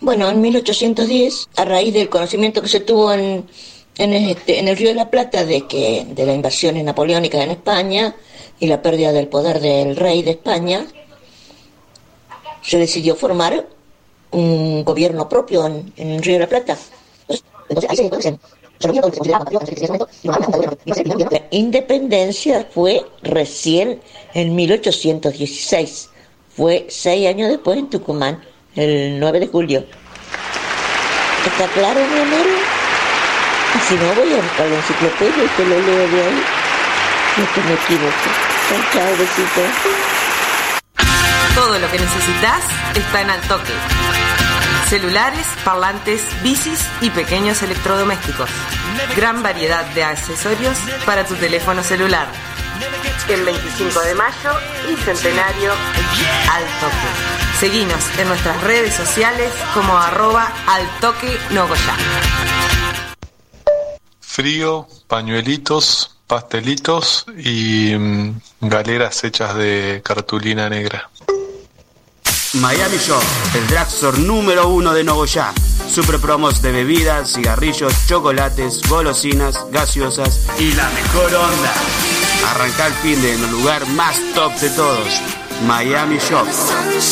Bueno, en 1810, a raíz del conocimiento que se tuvo en, en, este- en el Río de la Plata de que de la invasión napoleónica en España y la pérdida del poder del rey de España, se decidió formar un gobierno propio en, en el Río de la Plata. Entonces, ahí se- entonces, se lo vieron, se consideraba patriota, se- se- se- no, no, no, no, no, no, no, no. La independencia fue recién en 1816. Fue seis años después en Tucumán, el 9 de julio. ¿Está claro, mi amor? Y si no, voy a a la enciclopedia y te lo leo de ahí. No te me equivoco. Chao, chao, besitos. Todo lo que necesitas está en Altoque. Celulares, parlantes, bicis y pequeños electrodomésticos. Gran variedad de accesorios para tu teléfono celular. El 25 de mayo y centenario Altoque. Seguinos en nuestras redes sociales como arroba al toque Nogoyá. Frío, pañuelitos, pastelitos y mm, galeras hechas de cartulina negra. Miami Shop, el drugstore número uno de Nogoyá. Super promos de bebidas, cigarrillos, chocolates, golosinas, gaseosas y la mejor onda. Arranca el fin de en el lugar más top de todos. Miami Shop,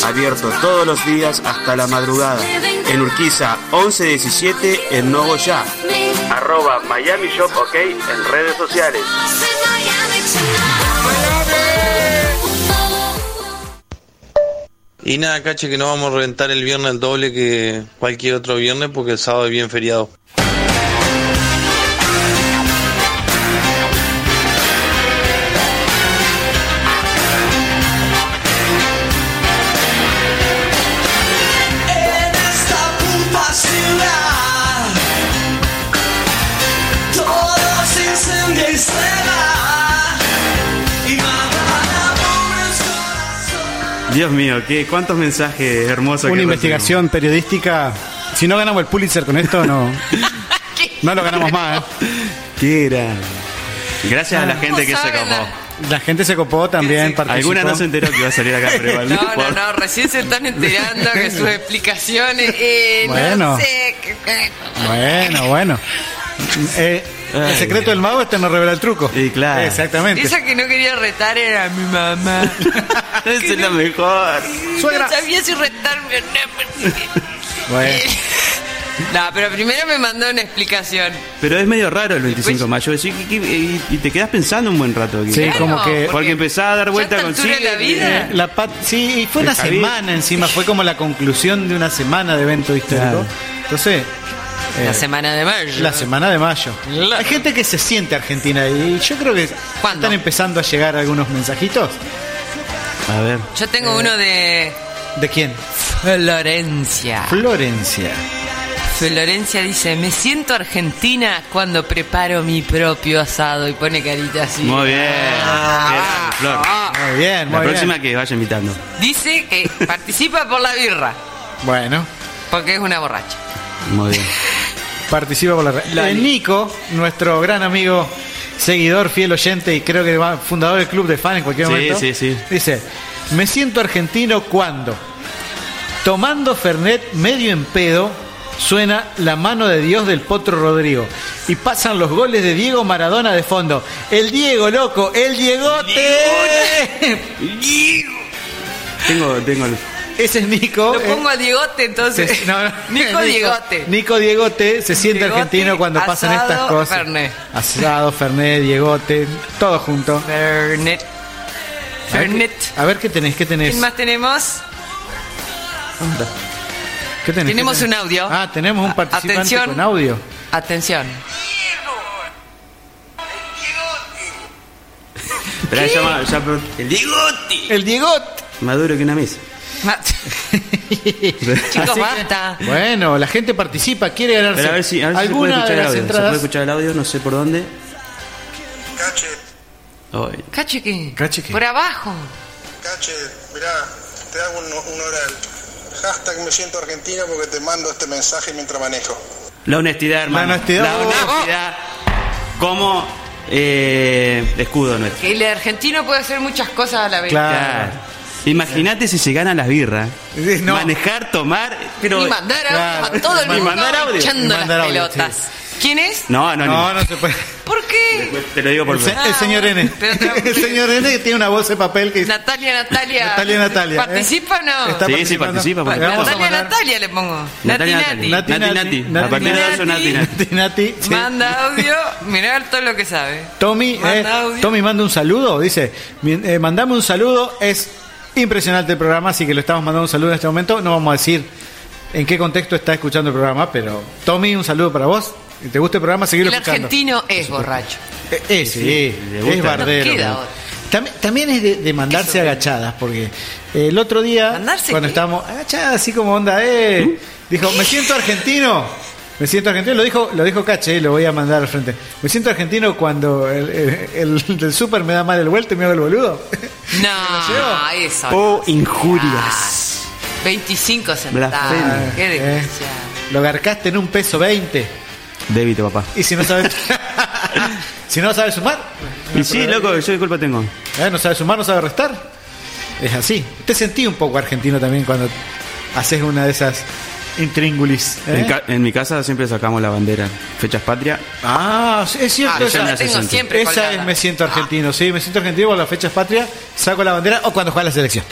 abierto todos los días hasta la madrugada. En Urquiza 1117 en Nogoyá. Arroba Miami Shop OK en redes sociales. Y nada, caché que no vamos a reventar el viernes el doble que cualquier otro viernes porque el sábado es bien feriado. En esta puta ciudad Todo se incendia y se va Y matan a pobres Dios mío, ¿qué, ¿cuántos mensajes hermosos Una que investigación periodística. Si no ganamos el Pulitzer con esto, no. no lo ganamos más, ¿eh? ¿Qué era? Gracias a la gente que se copó. La gente se copó también. participó. Alguna no se enteró que iba a salir acá, pero igual. No, No, no, no, recién se están enterando que sus explicaciones. eh, Bueno. No sé. qué- qué- Bueno, bueno. Eh, el secreto del mago este nos revela el truco. Y claro. Exactamente. Esa que no quería retar era mi mamá. es la mejor. No sabía si retarme o no. Bueno. No, pero primero me mandó una explicación. Pero es medio raro el 25 de mayo. decir, que- que- y, y te quedas pensando un buen rato. aquí. Sí, Claro, como que- Porque empezás a dar vuelta con sí, Eh, la pat- sí, y fue una Está bien. semana encima, fue como la conclusión de una semana de evento histórico. Claro. Entonces. La semana de mayo. Eh. La semana de mayo. Hay gente que se siente argentina y yo creo que están empezando a llegar algunos mensajitos. A ver. Yo tengo Eh. uno de ¿De quién? Florencia. Florencia. Florencia dice, me siento argentina cuando preparo mi propio asado y pone carita así. Ah. Muy bien. Ah, Qué gran flor. Muy bien, La muy próxima que vaya invitando. Dice que participa por la birra, Bueno. porque es una borracha. Muy bien. Participa por la red. Eh, Nico, nuestro gran amigo, seguidor, fiel oyente y creo que va- fundador del club de fan en cualquier Sí, momento. sí, sí. Dice, me siento argentino cuando, tomando Fernet medio en pedo, suena la mano de Dios del Potro Rodrigo. Y pasan los goles de Diego Maradona de fondo. El Diego, loco, el Diegote. Tengo, tengo el- Ese es Nico. Lo eh. pongo a Diegote entonces. Se- no, no. Nico Diegote. Nico Diegote se siente Diegote, argentino cuando pasan asado, estas cosas. Fernet. Asado, Fernet, Diegote, todo junto. Fernet. Fernet. A ver, qué tenés, qué tenés. ¿Quién más tenemos? ¿Qué tenés? Tenemos ¿Qué tenés? un audio. Ah, tenemos un participante Atención. con audio. Atención. Pero ¿Qué? ya, ma- ya pro- el Diegote. El Diegote. Maduro que una mesa. Chicos, basta. Bueno, la gente participa, quiere ganarse Pero a ver si, a ver si se puede alguna escuchar de el las audio. Se puede entradas. escuchar el audio, no sé por dónde. Ay, Cacheque. Cacheque. Por abajo. Cache, mirá, te hago un, un oral. Hashtag me siento argentina porque te mando este mensaje mientras manejo. La honestidad, hermano. La honestidad. La honestidad como eh, escudo nuestro. Que el argentino puede hacer muchas cosas a la vez. Claro. Imagínate si se ganan las birras. No. Manejar, tomar. Pero, y mandar a, Claro. a todo el Y mundo mandar audio. echando Y mandar las audio, pelotas. ¿Quién es? No, no, No, no se puede. ¿Por qué? Te lo digo por Ah, El, se- favor. el señor N. el señor N que tiene una voz de papel que dice, Natalia, Natalia. Natalia, Natalia, ¿eh? ¿Participa o no? Está Sí, sí, participando. participa, porque vamos a Natalia, mandar- Natalia le pongo. Nati, Nati, Nati. Nati, Nati. A partir de ahora son Nati, Nati. Nati, sí. Manda audio. Mirá todo lo que sabe. Tommy, eh, Manda audio. Tommy manda un saludo, dice, mi- eh, mandame un saludo, es impresionante el programa, así que lo estamos mandando un saludo en este momento, no vamos a decir en qué contexto está escuchando el programa, pero Tommy, un saludo para vos, si te gusta el programa, seguirlo El escuchando. argentino es borracho. Eh, eh, sí, le es gusta. bardero. No queda otra. También, también es de, de mandarse agachadas, porque eh, el otro día, cuando estábamos agachadas, así como onda, eh, dijo, me siento argentino. Me siento argentino, lo dijo, lo dijo Cache, eh, lo voy a mandar al frente. Me siento argentino cuando el, el- el del súper me da mal el vuelto y me hago el boludo. Ah, Oh, No, eso. Oh, injurias. 25 centavos. Blasfemia. Qué desgracia. Eh, Lo garcaste en un peso 20. Débito, papá. Y si no sabes. si no sabes sumar. Y sí, loco, yo disculpa tengo. Eh, no sabes sumar, no sabes restar. Es así. Te sentí un poco argentino también cuando haces una de esas intríngulis. ¿eh? En, ca- en mi casa siempre sacamos la bandera. Fechas patria. Ah, sí, es cierto. Ah, yo esa me la Tengo siento. siempre Esa colgada. es me Ah. siento argentino. Sí, me siento argentino con las fechas patrias. Saco la bandera o cuando juega la selección.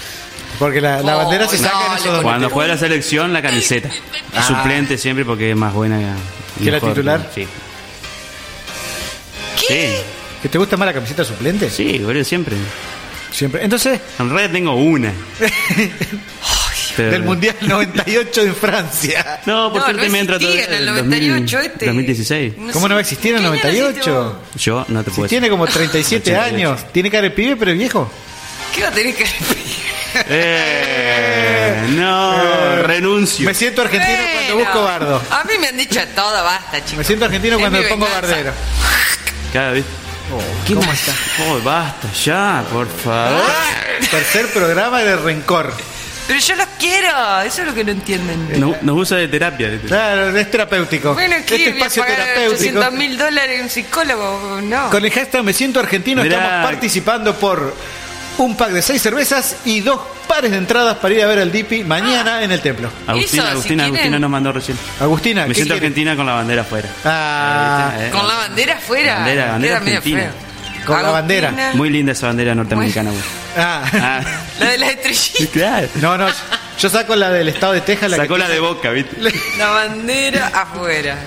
Porque la, Oh, la bandera se saca en esos dos Cuando momentos. juega la selección, la camiseta. Ah. Suplente siempre porque es más buena y ¿Que la mejor, titular? ¿no? Sí. ¿Qué? ¿Que te gusta más la camiseta suplente? Sí, boludo, siempre. Siempre. Entonces. En realidad tengo una. Pero- Del Mundial 98 en Francia. No, por No, suerte no me entra todo existía en el 98 este. 2016. ¿Cómo no va a existir en el 98? Yo no te Si puedo tiene decir. como 37 88. años. Tiene cara de pibe, pero es viejo. ¿Qué va a tener que Eh, no, renuncio. Me siento argentino cuando busco bardo. A mí me han dicho de todo, basta, chicos. Me siento argentino Es cuando mi me pongo venganza. bardero. Cada vez. ¿Qué ¿cómo más? Oh, basta ya, por favor. Ah. Tercer programa de rencor. Pero yo los quiero, eso es lo que no entienden. Nos, nos usa de terapia. ¿viste? Claro, es terapéutico. Bueno, ¿qué? este voy a espacio pagar terapéutico. 800 mil dólares en un psicólogo, no. Con el hashtag Me siento argentino Mirá. estamos participando por un pack de seis cervezas y dos pares de entradas para ir a ver al Dipi mañana en el templo. Agustina, Agustina, Agustina nos mandó recién. Agustina, me ¿qué siento quiere? argentina con la bandera afuera. Ah, Ahí está, eh. Con la bandera afuera. Bandera, Queda bandera medio argentina. feo. Agustina, Muy linda esa bandera norteamericana, güey. Ah. La de las estrellitas. Claro. No, no, yo saco la del estado de Texas. La Sacó que la de boca, ¿viste? La bandera afuera.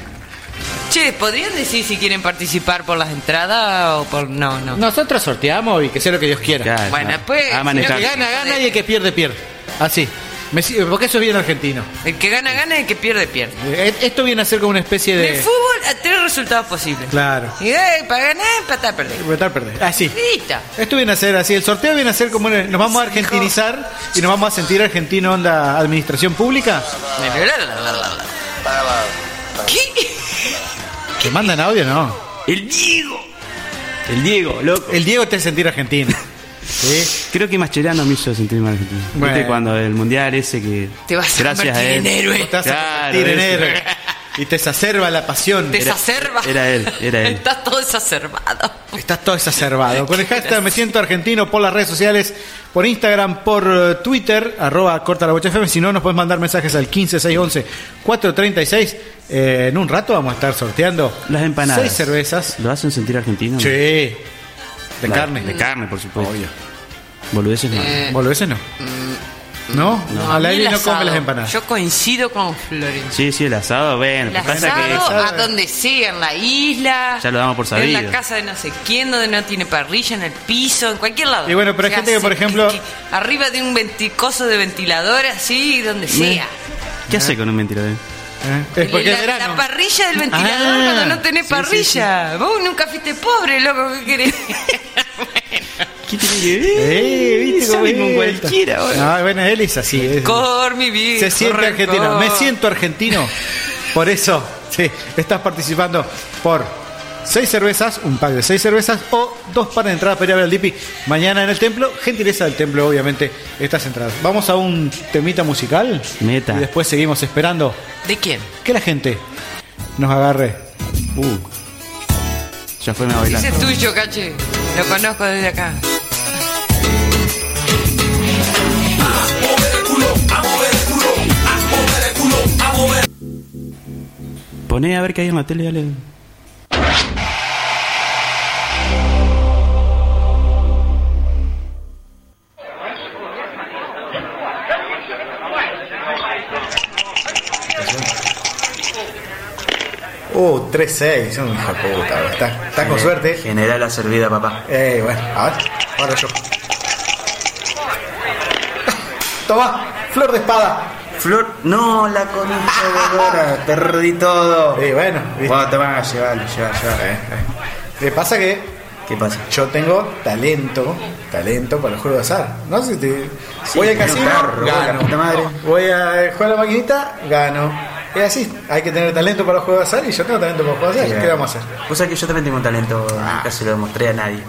Che, ¿podrían decir si quieren participar por las entradas o por.? No, no. Nosotros sorteamos y que sea lo que Dios quiera. Bueno, no. pues, A El manejar. que gana, gana y el que pierde, pierde. Así. Me si- porque eso es bien argentino. El que gana, gana y el que pierde, pierde. Eh, Esto viene a ser como una especie En el de. fútbol, a tres resultados posibles. Claro. Ah, Y eh, para ganar, empatar, perder. Votar, perder. Así. Listo. Esto viene a ser así, el sorteo viene a ser como una- nos vamos a argentinizar y nos vamos a sentir argentino onda administración pública. ¿Qué? ¿Te mandan audio no? El Diego. El Diego, loco. El Diego te hace sentir argentino. Creo que Mascherano me hizo sentirme argentino. Bueno. ¿Viste cuando el mundial ese que. Te vas a gracias convertir a en él. héroe. Te hace Claro, sentir en ese. héroe. Y te exacerba la pasión. Te Era- exacerba. Era él, era él. Estás todo exacerbado. Estás todo exacerbado. Con el hashtag Me Siento Argentino por las redes sociales, por Instagram, por eh, Twitter, arroba corta la bocha FM. Si no, nos puedes mandar mensajes al 15611-436. Eh, en un rato vamos a estar sorteando Las empanadas. seis cervezas. ¿Lo hacen sentir argentino? Sí. De La- carne. De carne, por supuesto. Obvio. Boludeces no. Eh. Boludeces no. ¿No? No. A A la mí Eli el no come asado. las empanadas. Yo coincido con Florencia. Sí, sí, el asado, bueno. El lo que pasa que- asado, a donde sea, en la isla. Ya lo damos por En la sabido. casa de no sé quién, donde no tiene parrilla, en el piso, en cualquier lado. Y bueno, pero hay Se gente que, hace por ejemplo- arriba de un venticoso de ventilador, así, donde sea. ¿Qué hace con un mentirador? ¿Eh? Es porque la, es verano. la parrilla del ventilador Ah, cuando no tenés sí, parrilla. Vos nunca fuiste pobre, loco, ¿qué querés? ¿Qué tiene que Eh, ¿viste cómo Sale con es? cualquiera, boludo. Ah, bueno, él es así. es- Por mi vida. Se siente argentino. Me siento argentino. Por eso, sí, estás participando por seis cervezas, un pack de seis cervezas o dos pares de entradas para ir a ver al Dipi mañana en el templo. Gentileza del templo, obviamente, estas entradas. Vamos a un temita musical. Meta. Y después seguimos esperando ¿De quién? que la gente nos agarre. Uh. Ya fue me a bailar. Ese es tuyo, caché. Lo conozco desde acá. Poné a ver qué hay en la tele, dale. Uh, 3-6, son hija puta, está, está Eh, con suerte. General la servida, papá. Eh, bueno, a ver, ahora yo. Toma, flor de espada. Flor, no, la concha de lora, perdí todo. Sí, bueno, Bueno, tomá, llevalo, llevalo, llevalo. eh, Le pasa que ¿Qué pasa? yo tengo talento, talento para los juegos de azar. No sé si te... voy al pero casino, perro, la gano. puta madre. Voy a jugar a la maquinita, gano. Es así, hay que tener talento para los juegos de azar y yo tengo talento para los juegos de azar. Sí, eh. ¿Qué vamos a hacer? Ah. Vos sabés que yo también tengo un talento, nunca se lo demostré a nadie.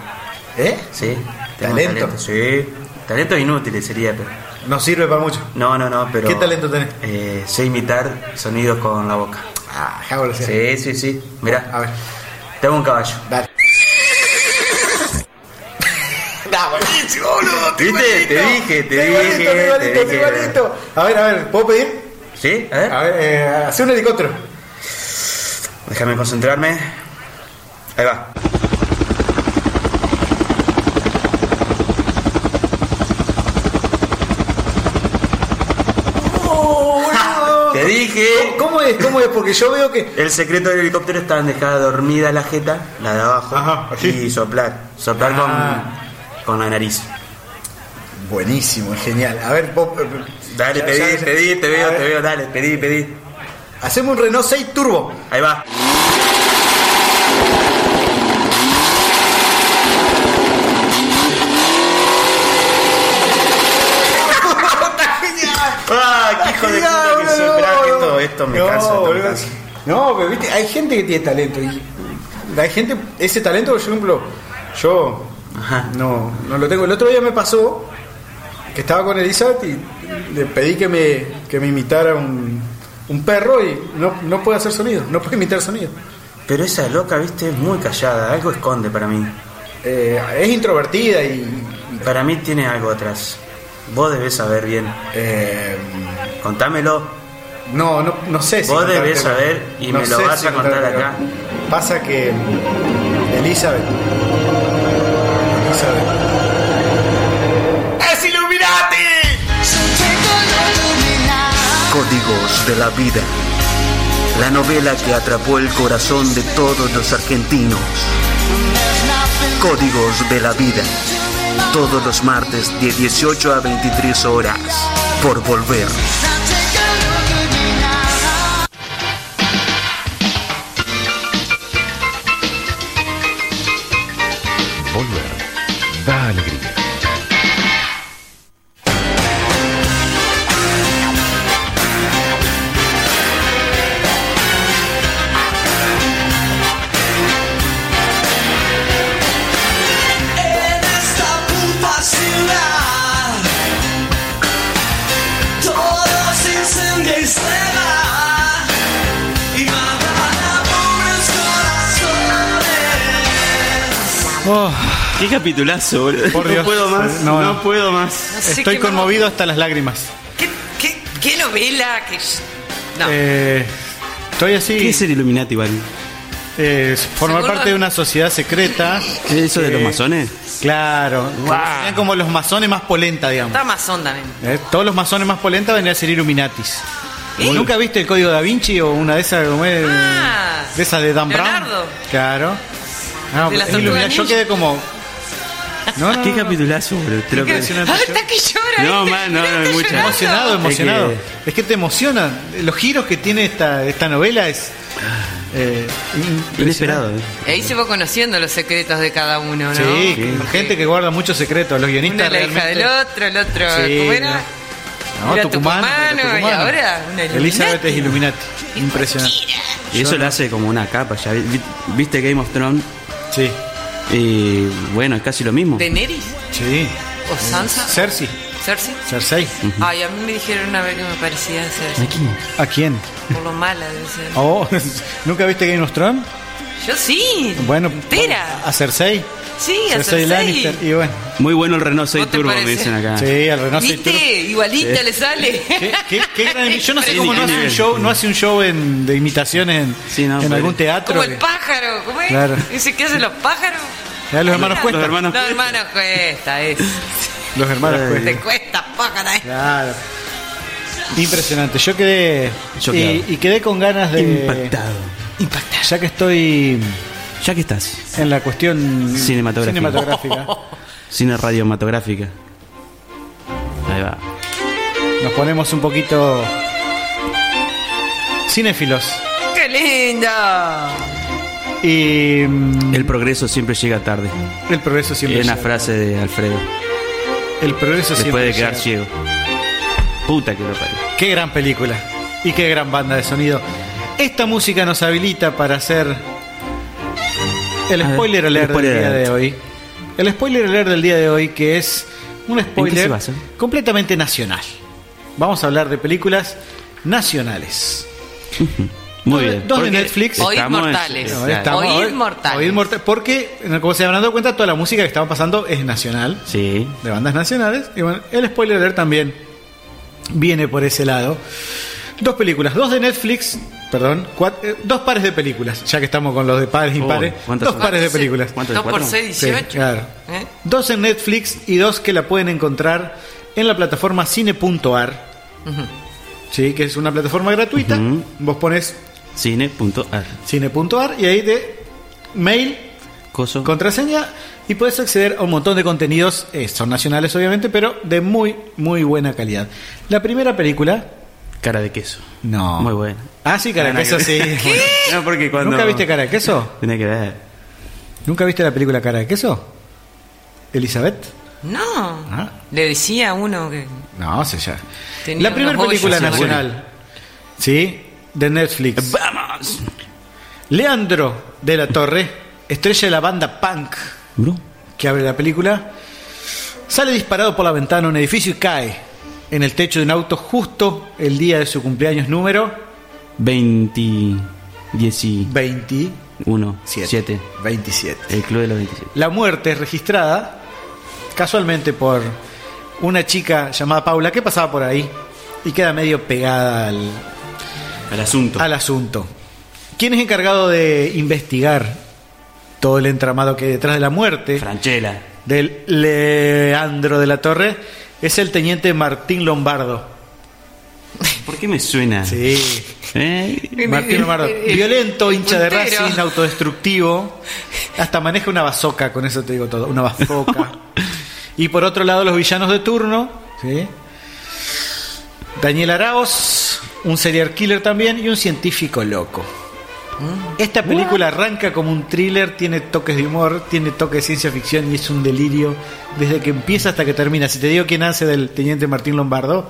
¿Eh? Sí, tengo ¿Talento? Sí. Talento inútil sería, pero. No sirve para mucho. No, no, no, pero. ¿Qué talento tenés? Eh, sé imitar sonidos con la boca. Ah, Jaula, sí. Sí, sí, sí. Mirá. A ver. Tengo un caballo. Dale. No, buenísimo, boludo. ¿Viste? Te dije, te igualito, dije, está igualito, te está dije. igualito. A ver, a ver, ¿puedo pedir? ¿Sí? A ver. A ver, eh, hace un helicóptero. Déjame concentrarme. Ahí va. Te dije. ¿Cómo es? ¿Cómo es? Porque yo veo que. El secreto del helicóptero está en dejar dormida la jeta, la de abajo, y soplar. Soplar con- con, la nariz. Ah. Buenísimo, genial. A ver, Pop. eh, Dale, ya- pedí, ya- ya- pedí, te A veo, ver. te veo, dale, pedí, pedí. Hacemos un Renault 6 Turbo. Ahí va. ¡Ah, qué hijo de puta que soy! Esperá, que esto, esto me No, cansa, esto me boludo. cansa. No, pero viste, hay gente que tiene talento. Y hay gente, ese talento, por ejemplo, yo no, no lo tengo. El otro día me pasó que estaba con Elizabeth y le pedí que me, que me imitara un, un perro y no, no puede hacer sonido, no puede imitar sonido. Pero esa loca, viste, es muy callada, algo esconde para mí. Eh, es introvertida y. Para mí tiene algo atrás. Vos debés saber bien. Contámelo. Eh, No, no, no sé si Vos contártelo. debés saber y No me lo sé vas si a contar contártelo. acá. Pasa que Elizabeth. Elizabeth. ¡Es Illuminati! Códigos de la Vida. La novela que atrapó el corazón de todos los argentinos. Códigos de la Vida. Todos los martes de 18 a 23 horas. Por volver. Volver da alegría. En esta puta ciudad Todo se incendia y se va Y matan a pobres corazones Qué capitulazo, boludo. Oh. Por no Dios. puedo más. No, No, no. puedo más. No sé Estoy qué me- conmovido hasta las lágrimas. ¿Qué, qué novela? ¿Qué... No. Eh, estoy así. ¿Qué es el Illuminati, Val? formar Seguro- parte de una sociedad secreta. ¿Eso de los masones? Claro. Serían como los masones más polenta, digamos. Está más onda, men. Eh, todos los masones más polenta vendrían a ser Illuminatis. ¿Nunca viste el código da Vinci o una de esas como es, Ah, de esas de Dan Leonardo. Brown? Claro. No, De las es Illumina- tortugas yo ninja. quedé como. No, no, Qué no, no. capitulazo, boludo. Te lo ¿Qué- pedí. Ah, está que llora! No, ¿viste? man, no, no, es mucho. Emocionado, Es que- emocionado. Es que, te emociona. Los giros que tiene esta, esta novela es. eh, impresionante. Inesperado, ¿eh? Y E Ahí se va conociendo los secretos de cada uno, ¿no? Sí, gente que guarda muchos secretos. Los Una guionistas la hija realmente. del otro, el otro, Sí, ¿cómo era? no. No, Era tucumano, tucumano, era y tucumano. ahora una Elizabeth es Illuminati. Impresionante. Y eso le hace como una capa. Ya. Vi- ¿Viste Game of Thrones? Sí. Y bueno, es casi lo mismo. ¿Daenerys? Sí. ¿O Sansa? Cersei. ¿Cersei? Cersei. Mm. Ay, a mí me dijeron una vez que me parecía Cersei. ¿A quién? Por lo mala de ser. Oh, ¿Nunca viste Game of Thrones? Yo sí. Bueno, Entera. a Cersei. Sí, a Cersei. Cersei Lannister. Y bueno. Muy bueno el Renault 6 te Turbo, me parece? dicen acá. Sí, al Renault 6 ¿Viste? Turbo. Igualita Sí. le sale. ¿Qué, qué gran- yo no sé Sí, cómo qué no hace un nivel. show, no hace un show en- de imitaciones en, en pobre. algún teatro. Como el pájaro, ¿cómo es? Claro. Dice, ¿qué hacen los pájaros? Ya, los hermanos Cuesta. Los hermanos Cuesta. es. Los hermanos Cuesta. Te cuesta, pájara. eh. Claro. Impresionante. Yo quedé. Choqueado. Y, y quedé con ganas de. Impactado. Impactado. Ya que estoy. Ya que estás. En la cuestión. Cinematográfica. Mm. cinematográfica. Cine radiomatográfica. Ahí va. Nos ponemos un poquito. Cinéfilos. ¡Qué linda! Y. mm, El progreso siempre llega tarde. El progreso siempre Es una llega frase de Alfredo. El progreso siempre Después de quedar llega. ciego. Puta que lo parió. Qué gran película. Y qué gran banda de sonido. Esta música nos habilita para hacer. El A ver, spoiler el alert del spoiler día alert. de hoy. El spoiler alert del día de hoy, que es un se spoiler basa? completamente nacional. Vamos a hablar de películas nacionales. Dos- Muy bien. Dos de Porque eh, Netflix. Oíd mortales. No, estamos- Oíd oíd- mortales. oíd morta- Porque, como se habrán dado cuenta, toda la música que estaba pasando es nacional. Sí. De bandas nacionales. Y bueno, el spoiler alert también viene por ese lado. Dos películas, dos de Netflix, perdón, cua- eh, dos pares de películas, ya que estamos con los de pares e impares. ¿cuántas dos Oh, son? pares de ¿Cuántas? películas. ¿Cuántas? Dos por ¿Cuatro? seis, Sí, 18. claro. ¿Eh? Dos en Netflix y dos que la pueden encontrar en la plataforma cine.ar, Ujú. ¿sí? que es una plataforma gratuita. Vos pones Cine.ar. cine.ar y ahí de mail, contraseña y puedes acceder a un montón de contenidos, eh, son nacionales obviamente, pero de muy, muy buena calidad. La primera película... Cara de queso. No. Muy buena. Ah, sí, cara de Cara de queso, sí. queso. ¿Qué? No, porque cuando- ¿Nunca viste cara de queso? Tiene que ver. ¿Nunca viste la película cara de queso? ¿Elizabeth? No. Ah. Le decía a uno que No, sé ya. tenía la primera unos hoyos película en la nacional, ¿sí? De Netflix. ¡Vamos! Leandro de la Torre, estrella de la banda punk, que abre la película, sale disparado por la ventana de un edificio y cae en el techo de un auto justo el día de su cumpleaños número 20. 10 20. 1. 7. 7. 27. El club de los 27. La muerte es registrada casualmente por una chica llamada Paula que pasaba por ahí y queda medio pegada al, Al asunto. al asunto. ¿Quién es encargado de investigar todo el entramado que hay detrás de la muerte? Franchela. Del Leandro de la Torre es el teniente Martín Lombardo. ¿Por qué me suena? ¿Eh? Sí. Martín Lombardo. Violento, hincha de puntero. Racing, autodestructivo. Hasta maneja una bazoca, con eso te digo todo. Una bazoca. y por otro lado, los villanos de turno. ¿sí? Daniel Araos, un serial killer también y un científico loco. Esta película arranca como un thriller, tiene toques de humor, tiene toques de ciencia ficción y es un delirio desde que empieza hasta que termina. Si te digo quién hace del teniente Martín Lombardo,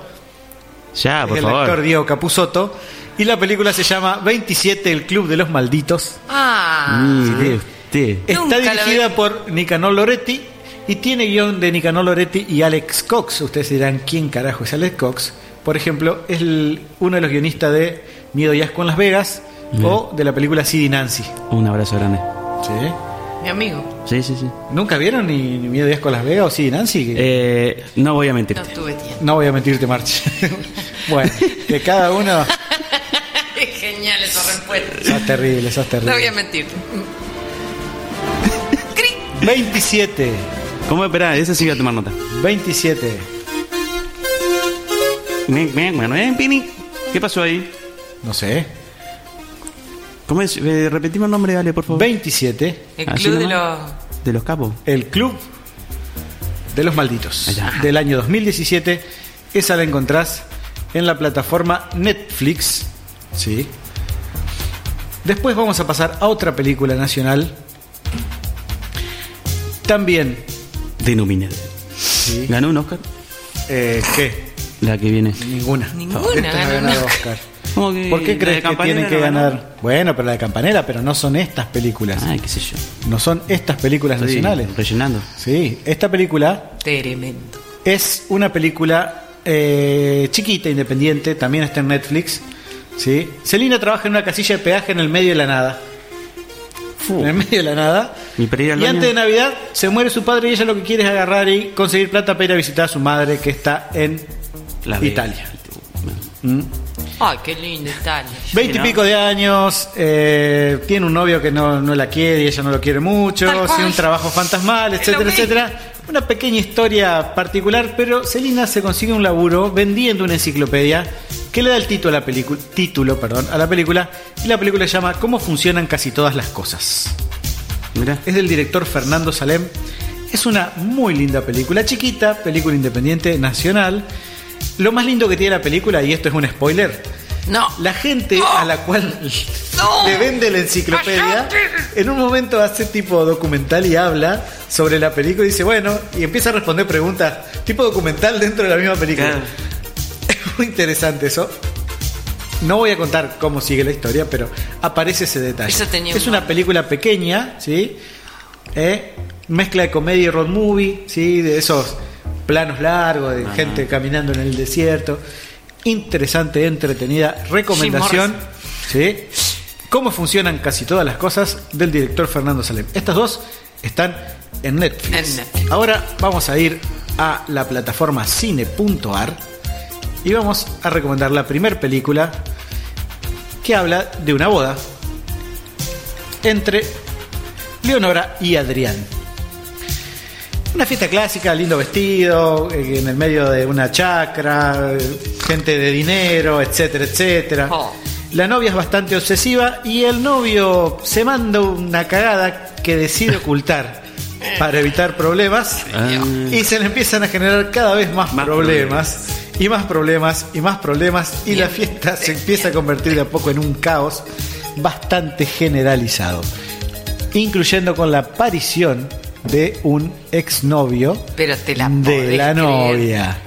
Ya, es Ah, por el favor. actor Diego Capusotto. Y la película se llama 27, el Club de los Malditos. Ah. Mire usted. Está Nunca la dirigida por Nicanor Loretti y tiene guión de Nicanor Loretti y Alex Cox. Ustedes dirán, ¿quién carajo es Alex Cox? Por ejemplo, es el- uno de los guionistas de Miedo y Asco en Las Vegas Bien. o de la película Sid y Nancy. Un abrazo grande. ¿Sí? Mi amigo. Sí, sí, sí. ¿Nunca vieron ni, ni Miedo y Asco en Las Vegas o Sid y Nancy? Eh, no voy a mentir. No tuve tiempo. No voy a mentirte, March. bueno, que cada uno... Es genial esa respuesta. Sos terrible, sos No terrible. voy a mentir. 27. ¿Cómo esperar? Ese sí voy a tomar nota. 27. ¿Qué pasó ahí? No sé. ¿Cómo es? Eh, Repetimos el nombre, dale, por favor. Ah, 27. El Así club de los. nomás. De los capos. El Club de los Malditos del año 2017. Esa la encontrás en la plataforma Netflix. Sí. Después vamos a pasar a otra película nacional. También. Denominada. ¿Ganó un Oscar? eh, ¿Qué? La que viene. Ninguna. Ninguna Esto Este no ganó ganó un Oscar. ¿Cómo que ¿Por qué la de crees que Campanella tienen que no ganó? ganar? Bueno, pero la de campanera, pero no son estas películas. Ay, qué sé yo. No son estas películas Estoy nacionales. Rellenando. Sí, esta película Tremendo. Es una película eh, chiquita, independiente, también está en Netflix. ¿sí? Selina trabaja en una casilla de peaje en el medio de la nada. En el medio de la nada. Mi perilla al Y baño. antes de Navidad se muere su padre y ella lo que quiere es agarrar y conseguir plata para ir a visitar a su madre que está en Las Vegas. Italia. Mm. Ay, qué lindo Italia. Veinte y pico de años, eh, tiene un novio que no, no la quiere y ella no lo quiere mucho, Tal cual. sí, un trabajo fantasmal, etcétera, etcétera. Una pequeña historia particular, pero Selina se consigue un laburo vendiendo una enciclopedia que le da el título a la película, título, perdón, a la película, y la película se llama ¿Cómo funcionan casi todas las cosas? Es del director Fernando Salem. Es una muy linda película, chiquita, película independiente nacional. Lo más lindo que tiene la película, y esto es un spoiler, no. la gente a la cual le vende la enciclopedia, en un momento hace tipo documental y habla sobre la película y dice, bueno, y empieza a responder preguntas, tipo documental dentro de la misma película. Es muy interesante eso. No voy a contar cómo sigue la historia, pero aparece ese detalle. Eso tenía es un una película pequeña, ¿sí? Eh, mezcla de comedia y road movie, ¿sí? De esos planos largos de Ajá. gente caminando en el desierto. Interesante, entretenida recomendación. ¿Sí? Cómo funcionan casi todas las cosas del director Fernando Salem. Estas dos están en Netflix. Ahora vamos a ir a la plataforma cine.ar y vamos a recomendar la primer película que habla de una boda entre Leonora y Adrián. Una fiesta clásica, lindo vestido, eh, en el medio de una chacra, eh, gente de dinero, etcétera, etcétera. La novia es bastante obsesiva y el novio se manda una cagada que decide ocultar para evitar problemas y se le empiezan a generar cada vez ah. más, problemas, y más problemas y más problemas y la fiesta se empieza a convertir de a poco en un caos bastante generalizado, incluyendo con la aparición de un exnovio Pero te la de podés la creer. novia.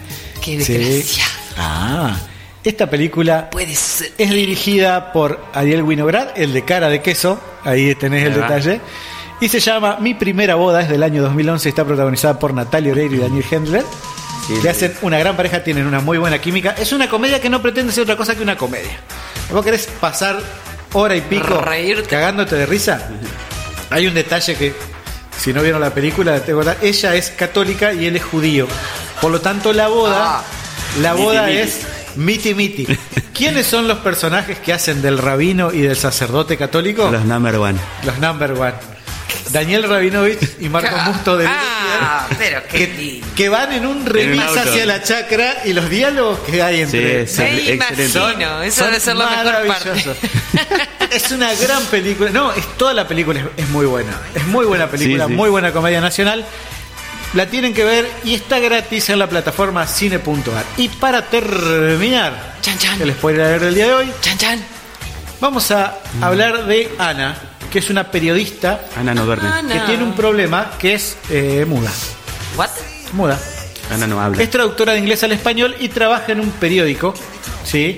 Qué Sí. desgraciado. Ah, esta película es dirigida por Ariel Winograd, el de Cara de Queso, ahí tenés el Ahí va. detalle, y se llama Mi Primera Boda, es del año 2011, está protagonizada por Natalia Oreiro y Daniel Hendler. Le hacen una gran pareja, tienen una muy buena química. Es una comedia que no pretende ser otra cosa que una comedia. ¿Vos querés pasar hora y pico cagándote de risa? Hay un detalle que, si no vieron la película, te acordás, ella es católica y él es judío. Por lo tanto, la boda, la Miti, boda miti. es miti miti. ¿Quiénes son los personajes que hacen del rabino y del sacerdote católico? Los number one. Los number one. Daniel Rabinovich y Marco Musto de Ah, pero qué lindo. que van en un remis auto. hacia la chacra y los diálogos que hay entre Sí, Me excel- excelente. imagino, eso debe ser la mejor parte. maravillosos. es una gran película. No, es toda la película es, es muy buena. Es muy buena película, Sí, sí. muy buena comedia nacional. La tienen que ver y está gratis en la plataforma cine.ar. Y para terminar, el spoiler del día de hoy, vamos a hablar de Ana, que es una periodista Ana no duerme. que tiene un problema que es eh, muda. ¿What? Muda. Ana no habla. Es traductora de inglés al español y trabaja en un periódico, ¿sí?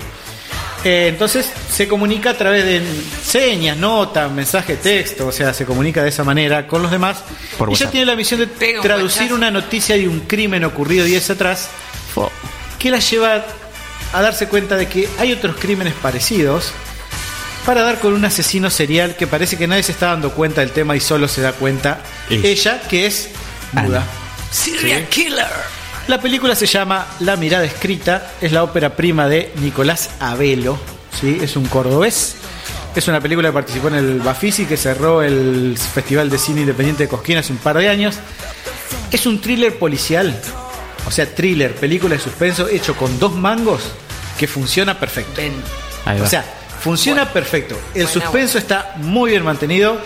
Eh, entonces se comunica a través de señas, notas, mensaje, texto, o sea, se comunica de esa manera con los demás. Por y ella WhatsApp. tiene la misión de un traducir guachazo. una noticia de un crimen ocurrido días atrás Fo. que la lleva a darse cuenta de que hay otros crímenes parecidos para dar con un asesino serial que parece que nadie se está dando cuenta del tema y solo se da cuenta Ella. ella, que es muda. Serial killer. La película se llama La mirada escrita, es la ópera prima de Nicolás Abelo, ¿sí? es un cordobés. Es una película que participó en el Bafisi que cerró el Festival de Cine Independiente de Cosquín hace un par de años. Es un thriller policial, o sea, thriller, película de suspenso hecho con dos mangos que funciona perfecto. Ahí va. O sea, funciona perfecto. El Buena, suspenso está muy bien mantenido.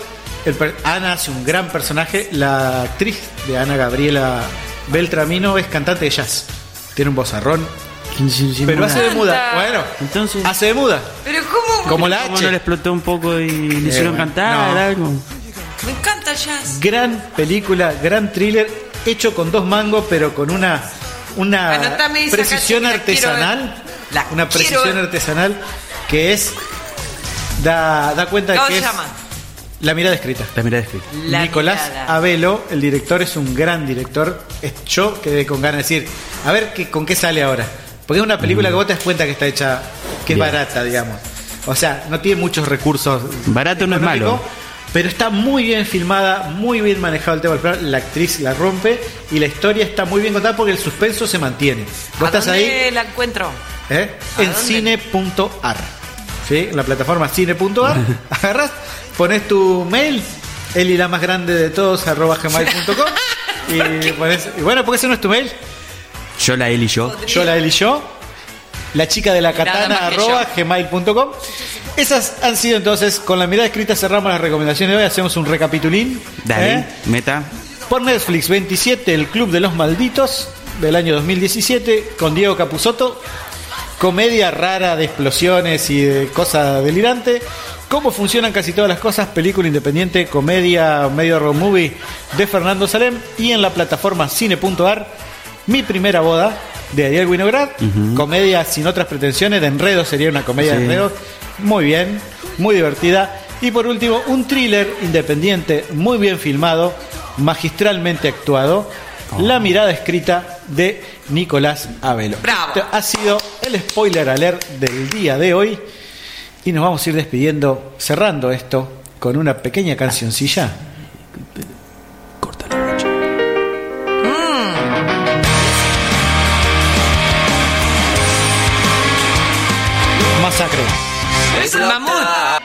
El per- Ana hace un gran personaje. La actriz de Ana Gabriela Beltramino es cantante de jazz. Tiene un vozarrón. Pero hace de muda. Bueno, entonces hace de muda. Pero cómo. Como la ¿Cómo H. no le explotó un poco y le Eh, hicieron bueno, cantar no. algo? Me encanta el jazz. Gran película, gran thriller, hecho con dos mangos, pero con una, una Anotame esa canción precisión que la quiero ver. artesanal. quiero Una precisión ver. artesanal que es. Da, da cuenta de ¿Cómo que se es llama? La mirada escrita. La mirada escrita. La Nicolás mirada. Abelo, el director, es un gran director. Es- Yo quedé con ganas de decir, a ver qué, con qué sale ahora. Porque es una película que vos te das cuenta que está hecha, que Mm. Bien. es barata, digamos. O sea, no tiene muchos recursos. Barato no es económicos, malo. Pero está muy bien filmada, muy bien manejado el tema del plano. La actriz la rompe y la historia está muy bien contada porque el suspenso se mantiene. Vos ¿A estás ahí. dónde la encuentro? ¿Eh? ¿A en dónde? cine.ar. ¿Sí? En la plataforma cine.ar, agarras, pones tu mail, el y la más grande de todos, arroba gmail.com. y, pones- y bueno, porque ese no es tu mail. Yo, la él y yo. Yo, la él y yo. La chica de la Nada katana, más que arroba gmail.com. Esas han sido entonces, con la mirada escrita cerramos las recomendaciones de hoy, hacemos un recapitulín. Dale, ¿eh? meta. Por Netflix 27, El Club de los Malditos, del año 2017, con Diego Capuzotto. Comedia rara de explosiones y de cosas delirante. Cómo funcionan casi todas las cosas, película independiente, comedia, medio road movie de Fernando Salem. Y en la plataforma cine.ar, Mi Primera Boda, de Ariel Winograd. Comedia sin otras pretensiones, de enredo sería una comedia Sí. de enredo. Muy bien, muy divertida. Y por último, un thriller independiente, muy bien filmado, magistralmente actuado, La mirada escrita de Nicolás Abelo. Este ha sido el spoiler alert del día de hoy. Y nos vamos a ir despidiendo, cerrando esto con una pequeña cancioncilla. Masacre. Es el mamut.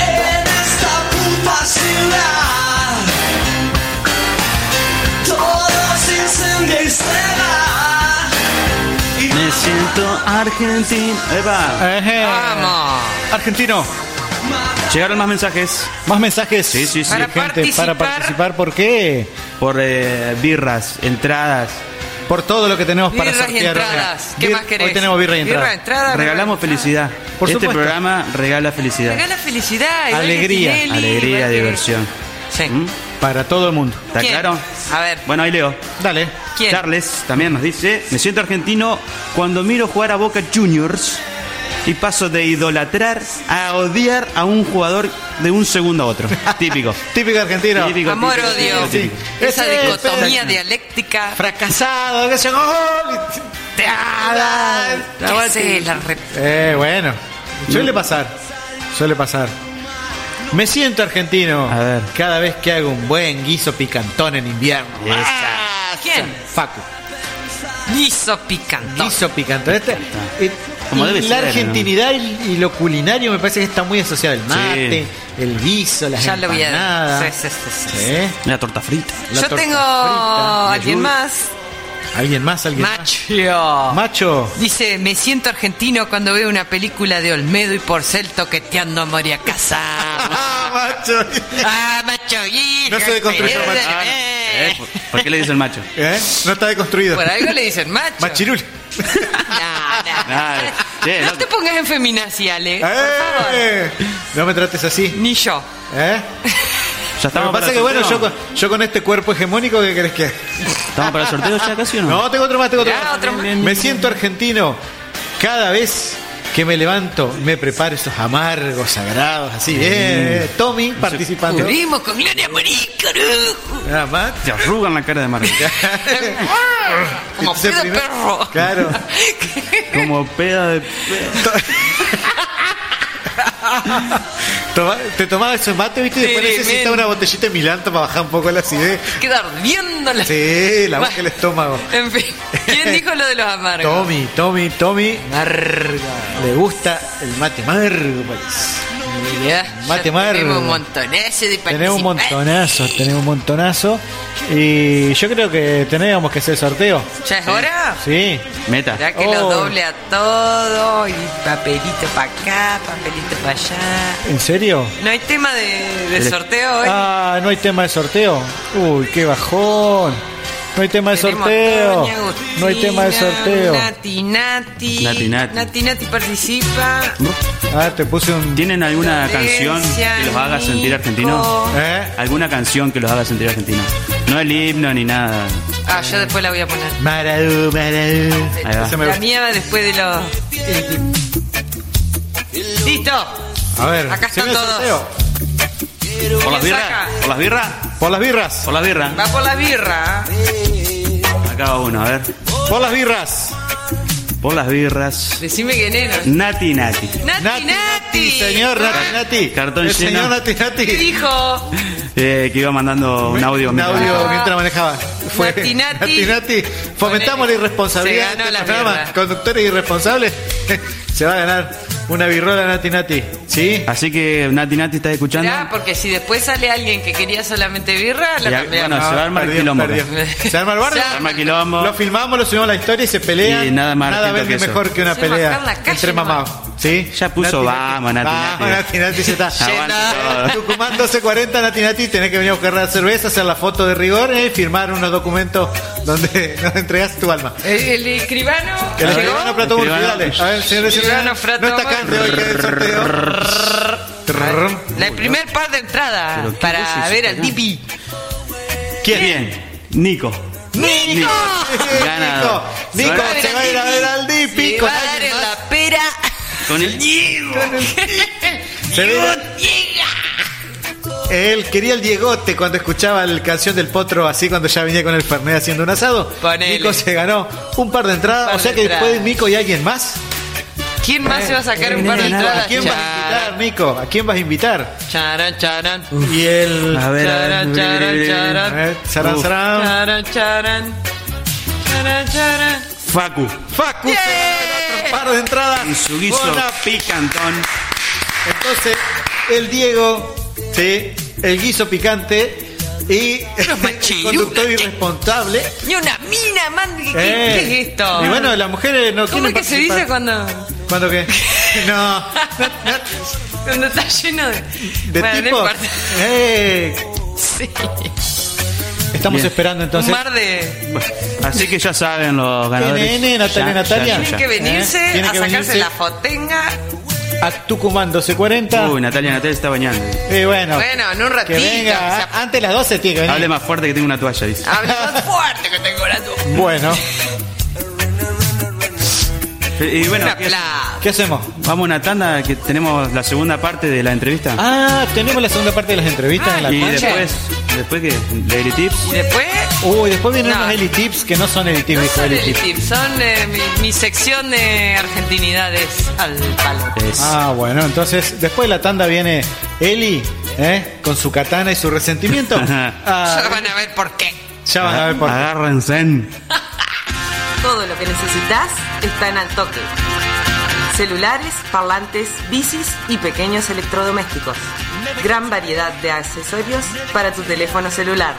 En esta puta ciudad Todo se incendia y se va Me siento argentino. ¡Epa! ¡Vamos! Argentino. Llegaron más mensajes. Más mensajes. Sí, sí, sí. Para participar. para participar, ¿por qué? Por eh, birras, entradas. Por todo lo que tenemos para Birras y sortear. entradas. ¿Qué Bir- más querés? Hoy tenemos birra y Birra, entradas. entrada, Regalamos felicidad. Por este supuesto. programa regala felicidad. Regala felicidad. igual que Tinelli, Alegría, igual que- diversión. ¿Mm? Para todo el mundo. ¿Está ¿Quién? claro? A ver. Bueno, ahí leo. Dale. ¿Quién? Charles también nos dice, me siento argentino cuando miro jugar a Boca Juniors y paso de idolatrar a odiar a un jugador de un segundo a otro. Típico. típico argentino. Típico, Amor, típico, odio. típico, típico. Esa Ese, dicotomía perfecto. dialéctica. Fracasado, que se Te hagas. ¿Qué haces, la re- Eh, bueno. Suele pasar. Suele pasar. Me siento argentino. Cada vez que hago un buen guiso picantón en invierno. Ah, ¿Quién? Facu. Guiso picantón. Guiso picantón. Este- eh, Como y debe la ser, ¿no? argentinidad y, y lo culinario me parece que está muy asociado. El mate, el guiso, las Ya lo voy a- empanadas. sí, sí, sí, sí. ¿Eh? La torta frita. La Yo torta tengo frita, la alguien yuca. más. ¿Alguien más? ¿Alguien Macho. más? Macho. Dice, me siento argentino cuando veo una película de Olmedo y Porcel toqueteando a Moria Casa. ah, macho. Ah, macho. No se deconstruyó, macho. Eh, ¿por- ¿Por qué le dice el macho? ¿Eh? No está deconstruido. Por algo le dicen macho. Machirul. Ay, che, No loco. te pongas en feminaciales. ¡Eh! No me trates así. Ni yo. ¿Eh? Ya Lo que estamos para pasa el que, bueno, yo sorteo. con, yo con este cuerpo hegemónico, ¿qué crees que ¿Estamos para el sorteo ya casi o no? No, tengo otro más, tengo otro, Ya, más. otro más. Me siento argentino. Cada vez que me levanto, me preparo esos amargos sagrados, así. Eh, eh, Tommy, participando. Cubrimos con Gloria Morí, carajo. Nada más. Te arrugan la cara de Marvel. Como Entonces, pedo primero- perro. Claro. Como peda de. Toma- te tomaba ese mate, viste, y después Tremendo. necesitas una botellita de Milanto para bajar un poco la acidez. Queda ardiendo la... Sí, la boca y el estómago. En fin, ¿quién dijo lo de los amargos? Tommy, Tommy, Tommy. Le gusta el mate amargo, parece. Mirá, Mate ya Tenemos un amargo. montonazo de Tenemos participantes. un montonazo, tenemos un montonazo. Y yo creo que teníamos que hacer el sorteo. ¿Ya es hora? Sí. Oh. Meta. Mirá que lo doble a todo y papelito para acá, papelito para allá. ¿En serio? No hay tema de, de El- sorteo eh? hoy. Ah, no hay tema de sorteo. Uy, qué bajón. No hay tema de Tenemos a sorteo. Toña, Agustina, No hay tema de sorteo. Nati Nati. Nati Nati. Nati Nati participa. Ah, te puse un. ¿Tienen alguna canción que los haga sentir argentinos? ¿Eh? ¿Alguna canción que los haga sentir argentinos? No el himno ni nada. Ah, yo después la voy a poner. Maradú, Maradú. Ahí va. La mía va después de los. ¡Listo! A ver, Acá ¿se están viene el todos. sorteo? ¿Por las ¿Quién birras? saca? ¿Por las birras? Por las birras. Por las birras. Va por la birra. Acá va uno, a ver. Por las birras. Por las birras. Decime que neno. Nati Nati. Nati Nati. Señor Nati Nati. Cartón El lleno. señor Nati Nati. ¿Qué dijo? Eh, que iba mandando un audio. Un mientras- audio mientras manejaba. Fue Nati Nati. Nati. Fomentamos la irresponsabilidad. Se ganó de este la programa. birra. Conductores irresponsables. Se va a ganar una birrola Nati Nati. ¿Sí? Así que Nati Nati está escuchando. Mirá, porque si después sale alguien que quería solamente birra, la Ya, cambiamos. bueno, se va a armar perdió, el quilombo. perdió. Se arma el barrio. Se arma Lo filmamos, lo subimos a la historia y se pelean. Y nada más Nada argento vende que eso. mejor que una Se va a pelea marcar la calle entre mamados. ¿Sí? Ya puso vamos, Nati Nati. Vamos, Nati Nati se está. Aguante todo. Tucumán 1240, Nati Nati, tenés que venir a buscar la cerveza, hacer la foto de rigor eh, y firmar unos documentos donde nos entregas tu alma. El, el escribano. Que la llegó. escriban a Prato Murphy, Escribano. dale. A ver, señor Escribano señor, Prato No está acá de hoy que es el sorteo. Trrrrum. La primer par de entrada Pero qué voz para es ver esa, al ¿no? Dipi. ¿Quién? Bien. Nico. ¡Nico! Ganado. Nico, Nico, se va a ir a ver al Dipi Va con a dar alguien en más. la pera. Con el Diego. Se ve- Él quería el Diegote cuando escuchaba la canción del potro así cuando ya venía con el Fernet haciendo un asado. Nico se ganó un par de entradas, Par o sea de que entradas. después de Nico y alguien más. ¿Quién más Eh, se va a sacar un par de Nico, entradas? ¿A quién vas a invitar, Nico? ¿A quién vas a invitar? Charan, charan. Y el. A ver, a ver, Charan, charan, charan. A ver, charan, charan. Charan, charan. Charan, charan. Facu. Facu se ganó otro par de entradas. En su guiso Bona picantón. Entonces, el Diego, sí, el guiso picante y el conductor irresponsable. Ni una mina, man. ¿Qué, Eh, qué es esto? Y bueno, las mujeres no ¿Cómo quieren es que se dice participar. cuando, ¿Cuándo qué? No, cuando está lleno de. de Bueno, no tipo. importa. Eh, Sí. estamos Bien. Un esperando entonces. mar de. Así que ya saben los ganadores. TNN, Natalia, Ya, Natalia. ya, Tienen ya. Que venirse Eh, tiene a que sacarse venirse. la fotenga. A Tucumán 1240. Uy, Natalia, Natalia está bañando. Y bueno, Bueno, en un que ratito. venga. o sea, a- Antes de las 12 tiene que venir. Hable más fuerte que tengo una toalla, dice. habla ¿eh? más fuerte que tengo la tu. Bueno, Y bueno, Una ¿qué, pla- hacemos? Vamos a una tanda que tenemos la segunda parte de la entrevista. ah, tenemos la segunda parte de las entrevistas en la y concha. después, después que Lady Tips. Y después. Uy, después vienen No. unos Eli Tips que no son Eli Tips, No dijo son Eli el Tips. tip, son eh, mi, mi sección de argentinidades al palo. Ah, bueno, entonces después de la tanda viene Eli, ¿eh? Con su katana y su resentimiento. Ah, Ya van a ver por qué. ya van a ver por qué. Agárrense. Todo lo que necesitas está en Altoque. Celulares, parlantes, bicis y pequeños electrodomésticos. Gran variedad de accesorios para tu teléfono celular.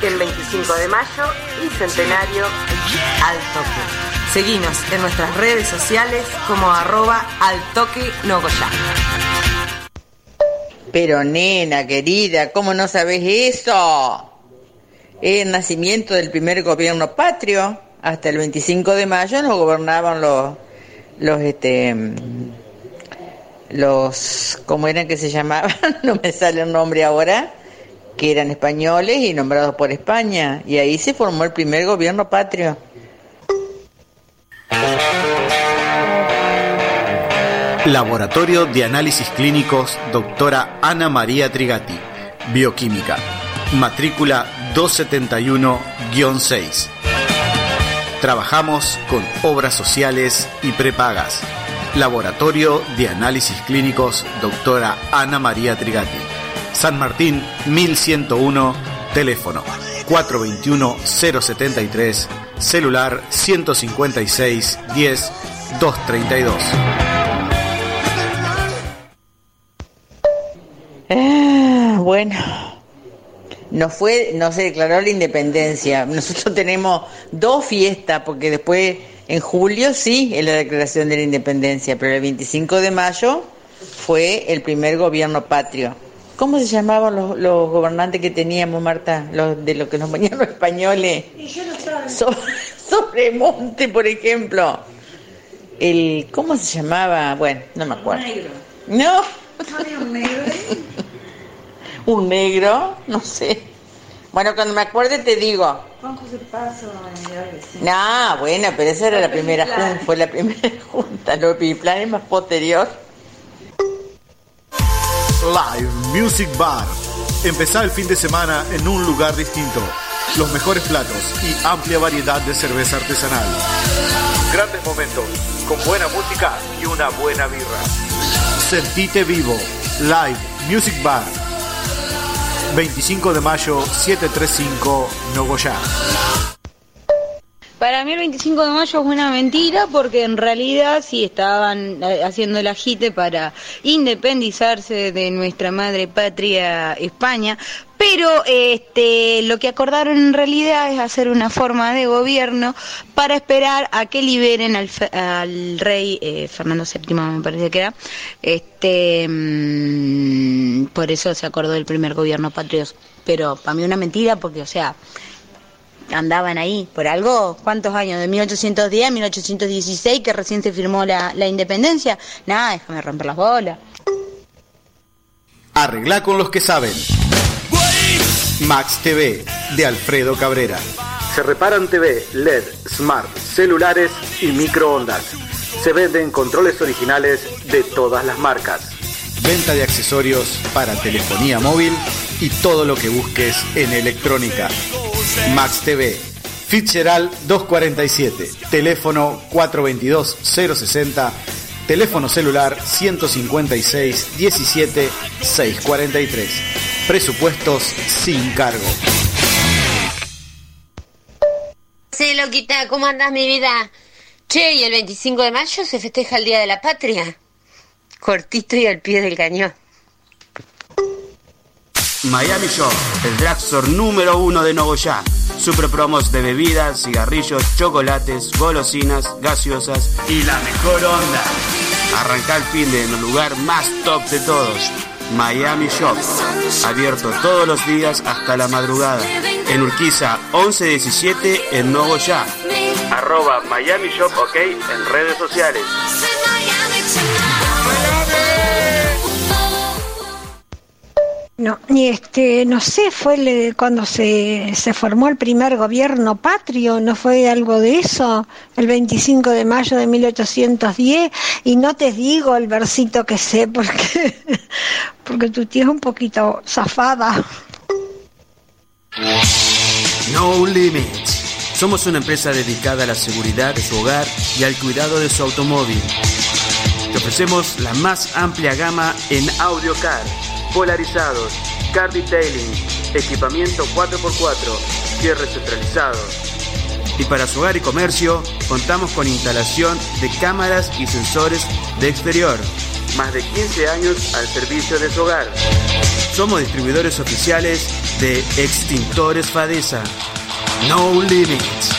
El 25 de mayo y centenario al toque. Seguinos en nuestras redes sociales como arroba al toque Nogoyá. Pero nena querida, ¿cómo no sabes eso? El nacimiento del primer gobierno patrio, hasta el 25 de mayo nos gobernaban los, los, este, mm, los, ¿cómo eran que se llamaban? No me sale el nombre ahora, que eran españoles y nombrados por España. Y ahí se formó el primer gobierno patrio. Laboratorio de Análisis Clínicos, doctora Ana María Trigati, Bioquímica, matrícula 271-6. Trabajamos con obras sociales y prepagas. Laboratorio de Análisis Clínicos, doctora Ana María Trigati, San Martín 1101, teléfono 421-073, celular 156-10-232. Ah, bueno, no fue, no se declaró la independencia. Nosotros tenemos dos fiestas, porque después en julio sí es la declaración de la independencia, pero el 25 de mayo fue el primer gobierno patrio. ¿Cómo se llamaban los, los gobernantes que teníamos, Marta? Los de lo que nos ponían los españoles. So- Sobremonte, por ejemplo. El, ¿Cómo se llamaba? Bueno, no me acuerdo. No. un negro, no sé. Bueno, cuando me acuerde te digo. Juan José Paso, eh, No, bueno, pero esa era la primera junta, fue la primera junta, lo plan es más posterior. Live Music Bar. Empezá el fin de semana en un lugar distinto. Los mejores platos y amplia variedad de cerveza artesanal. Grandes momentos, con buena música y una buena birra. Sentite vivo. Live Music Bar. 25 de mayo, 735, Nogoyá. Para mí el 25 de mayo es una mentira porque en realidad sí estaban eh, haciendo el ajite para independizarse de nuestra madre patria España, pero este lo que acordaron en realidad es hacer una forma de gobierno para esperar a que liberen al, fe- al rey eh, Fernando VII, me parece que era. Este mm, por eso se acordó del primer gobierno patrio, pero para mí una mentira porque o sea, andaban ahí por algo, ¿cuántos años? De 1810 a 1816, que recién se firmó la, la independencia. Nada, déjame romper las bolas. Arregla con los que saben. Max TV, de Alfredo Cabrera. Se reparan TV, LED, E smart, celulares y microondas. Se venden controles originales de todas las marcas. Venta de accesorios para telefonía móvil y todo lo que busques en electrónica. Max TV. Fitzgerald 247. Teléfono 422-060. Teléfono celular 156 17 643. Presupuestos sin cargo. Sí, loquita, ¿cómo andas, mi vida? Che, y el 25 de mayo se festeja el Día de la Patria. Cortito y al pie del cañón. Miami Shop, el drugstore número uno de Nogoyá. Super promos de bebidas, cigarrillos, chocolates, golosinas, gaseosas y la mejor onda. Arranca el fin de en el lugar más top de todos. Miami Shop, abierto todos los días hasta la madrugada. En Urquiza 1117 en Nogoyá. Arroba Miami Shop OK en redes sociales. No, y este, no sé, fue el- cuando se, se formó el primer gobierno patrio, ¿no fue algo de eso? El 25 de mayo de 1810, y no te digo el versito que sé, porque, porque tu tía es un poquito zafada. No Limits. Somos una empresa dedicada a la seguridad de su hogar y al cuidado de su automóvil. Te ofrecemos la más amplia gama en audio car, polarizados, car detailing, equipamiento 4x4, cierres centralizados. Y para su hogar y comercio, contamos con instalación de cámaras y sensores de exterior. Más de 15 años al servicio de su hogar. Somos distribuidores oficiales de Extintores Fadesa. No Limits.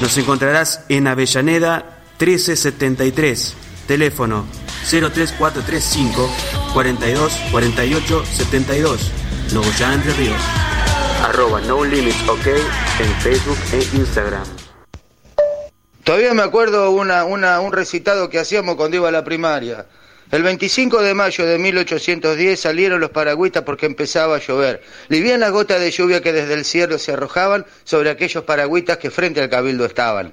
Nos encontrarás en Avellaneda 1373. Teléfono 03435 42 48 72. Nogoyá Entre Ríos. Arroba No Limits OK en Facebook e Instagram. Todavía me acuerdo una, una- un recitado que hacíamos cuando iba a la primaria. El 25 de mayo de 1810 salieron los paragüitas porque empezaba a llover. Livianas gotas de lluvia que desde el cielo se arrojaban sobre aquellos paragüitas que frente al cabildo estaban.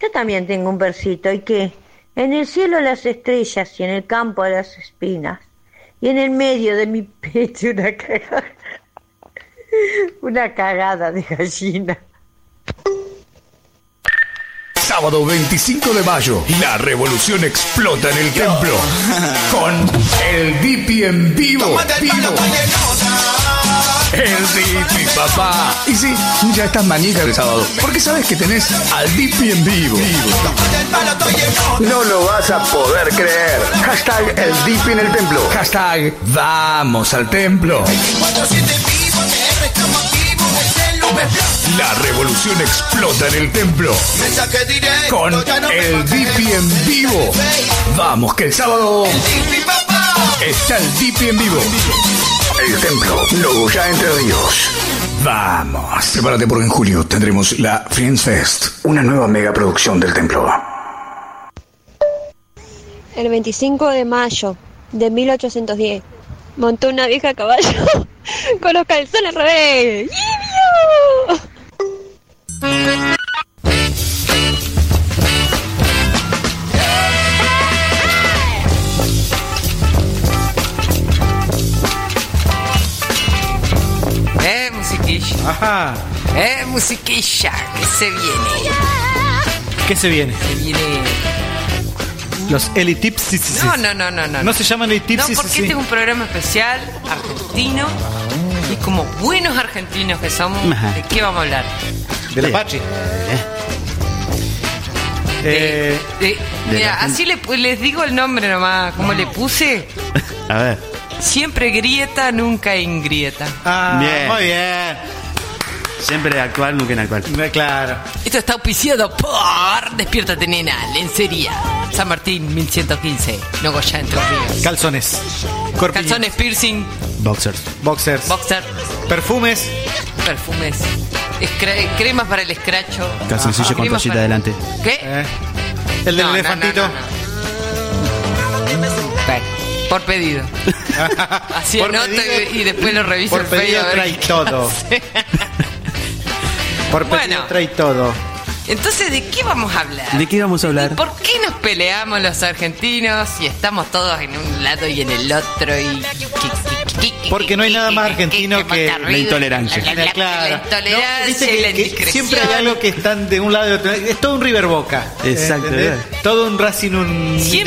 Yo también tengo un versito, ¿y qué? En el cielo las estrellas y en el campo las espinas. Y en el medio de mi pecho una cagada. Una cagada de gallina. Sábado 25 de mayo, la revolución explota en el templo con el Dipi en vivo. vivo. El Dipi, papá. Y sí, ya estás manija el sábado, porque sabes que tenés al Dipi en vivo. No lo vas a poder creer. Hashtag el Dipi en el templo. Hashtag vamos al templo. La revolución explota en el templo con el Dipi en vivo. Vamos que el sábado está el Dipi en vivo. El templo, Nogoyá Entre Ríos. Vamos. Prepárate porque en julio tendremos la Friends Fest, una nueva megaproducción del templo. El 25 de mayo de 1810 montó una vieja a caballo con los calzones al revés. ¡Yiu! Eh, musiquilla. Ajá. Eh, musiquilla, que se viene. ¿Qué se viene? Se viene. Los elitipsis. No, no, no, no, no. No se llaman elitipsis. No, porque este es un programa especial argentino. Y como buenos argentinos que somos, Ajá. ¿de qué vamos a hablar? De la Pachi. De- Eh, de- de mira, la- así le pu- les digo el nombre nomás, como le puse. A ver. Siempre grieta, nunca ingrieta. Ah, Bien. muy bien. Siempre actual, nunca actual. Claro. Esto está auspiciado por Despiértate Nena, Lencería. San Martín 1115, Nogoyá, Entre Ríos. Calzones. corpiños, Calzones, piercing, Boxers. Boxers. boxer, Perfumes. perfumes, escra- cremas para el escracho. Calzoncillo con Cremas toallita para- adelante. ¿Qué? Eh. El del No, no, elefantito. no, no, Por pedido. Así Por anoto y- pedido- y después lo reviso por en Facebook pedido a ver trae qué todo. hace. Por pedido Bueno. trae todo. Entonces, ¿de qué vamos a hablar? ¿De qué vamos a hablar? ¿Por qué nos peleamos los argentinos y estamos todos en un lado y en el otro? y Porque no hay nada más argentino que ruido, intolerancia. la- la- la- Claro. la intolerancia No, viste y la que- que indiscreción. Siempre hay algo que están de un lado y otro. Es todo un River Boca. Exacto, eh. ¿entendés? ¿verdad? Todo un Racing un Siempre tenemos que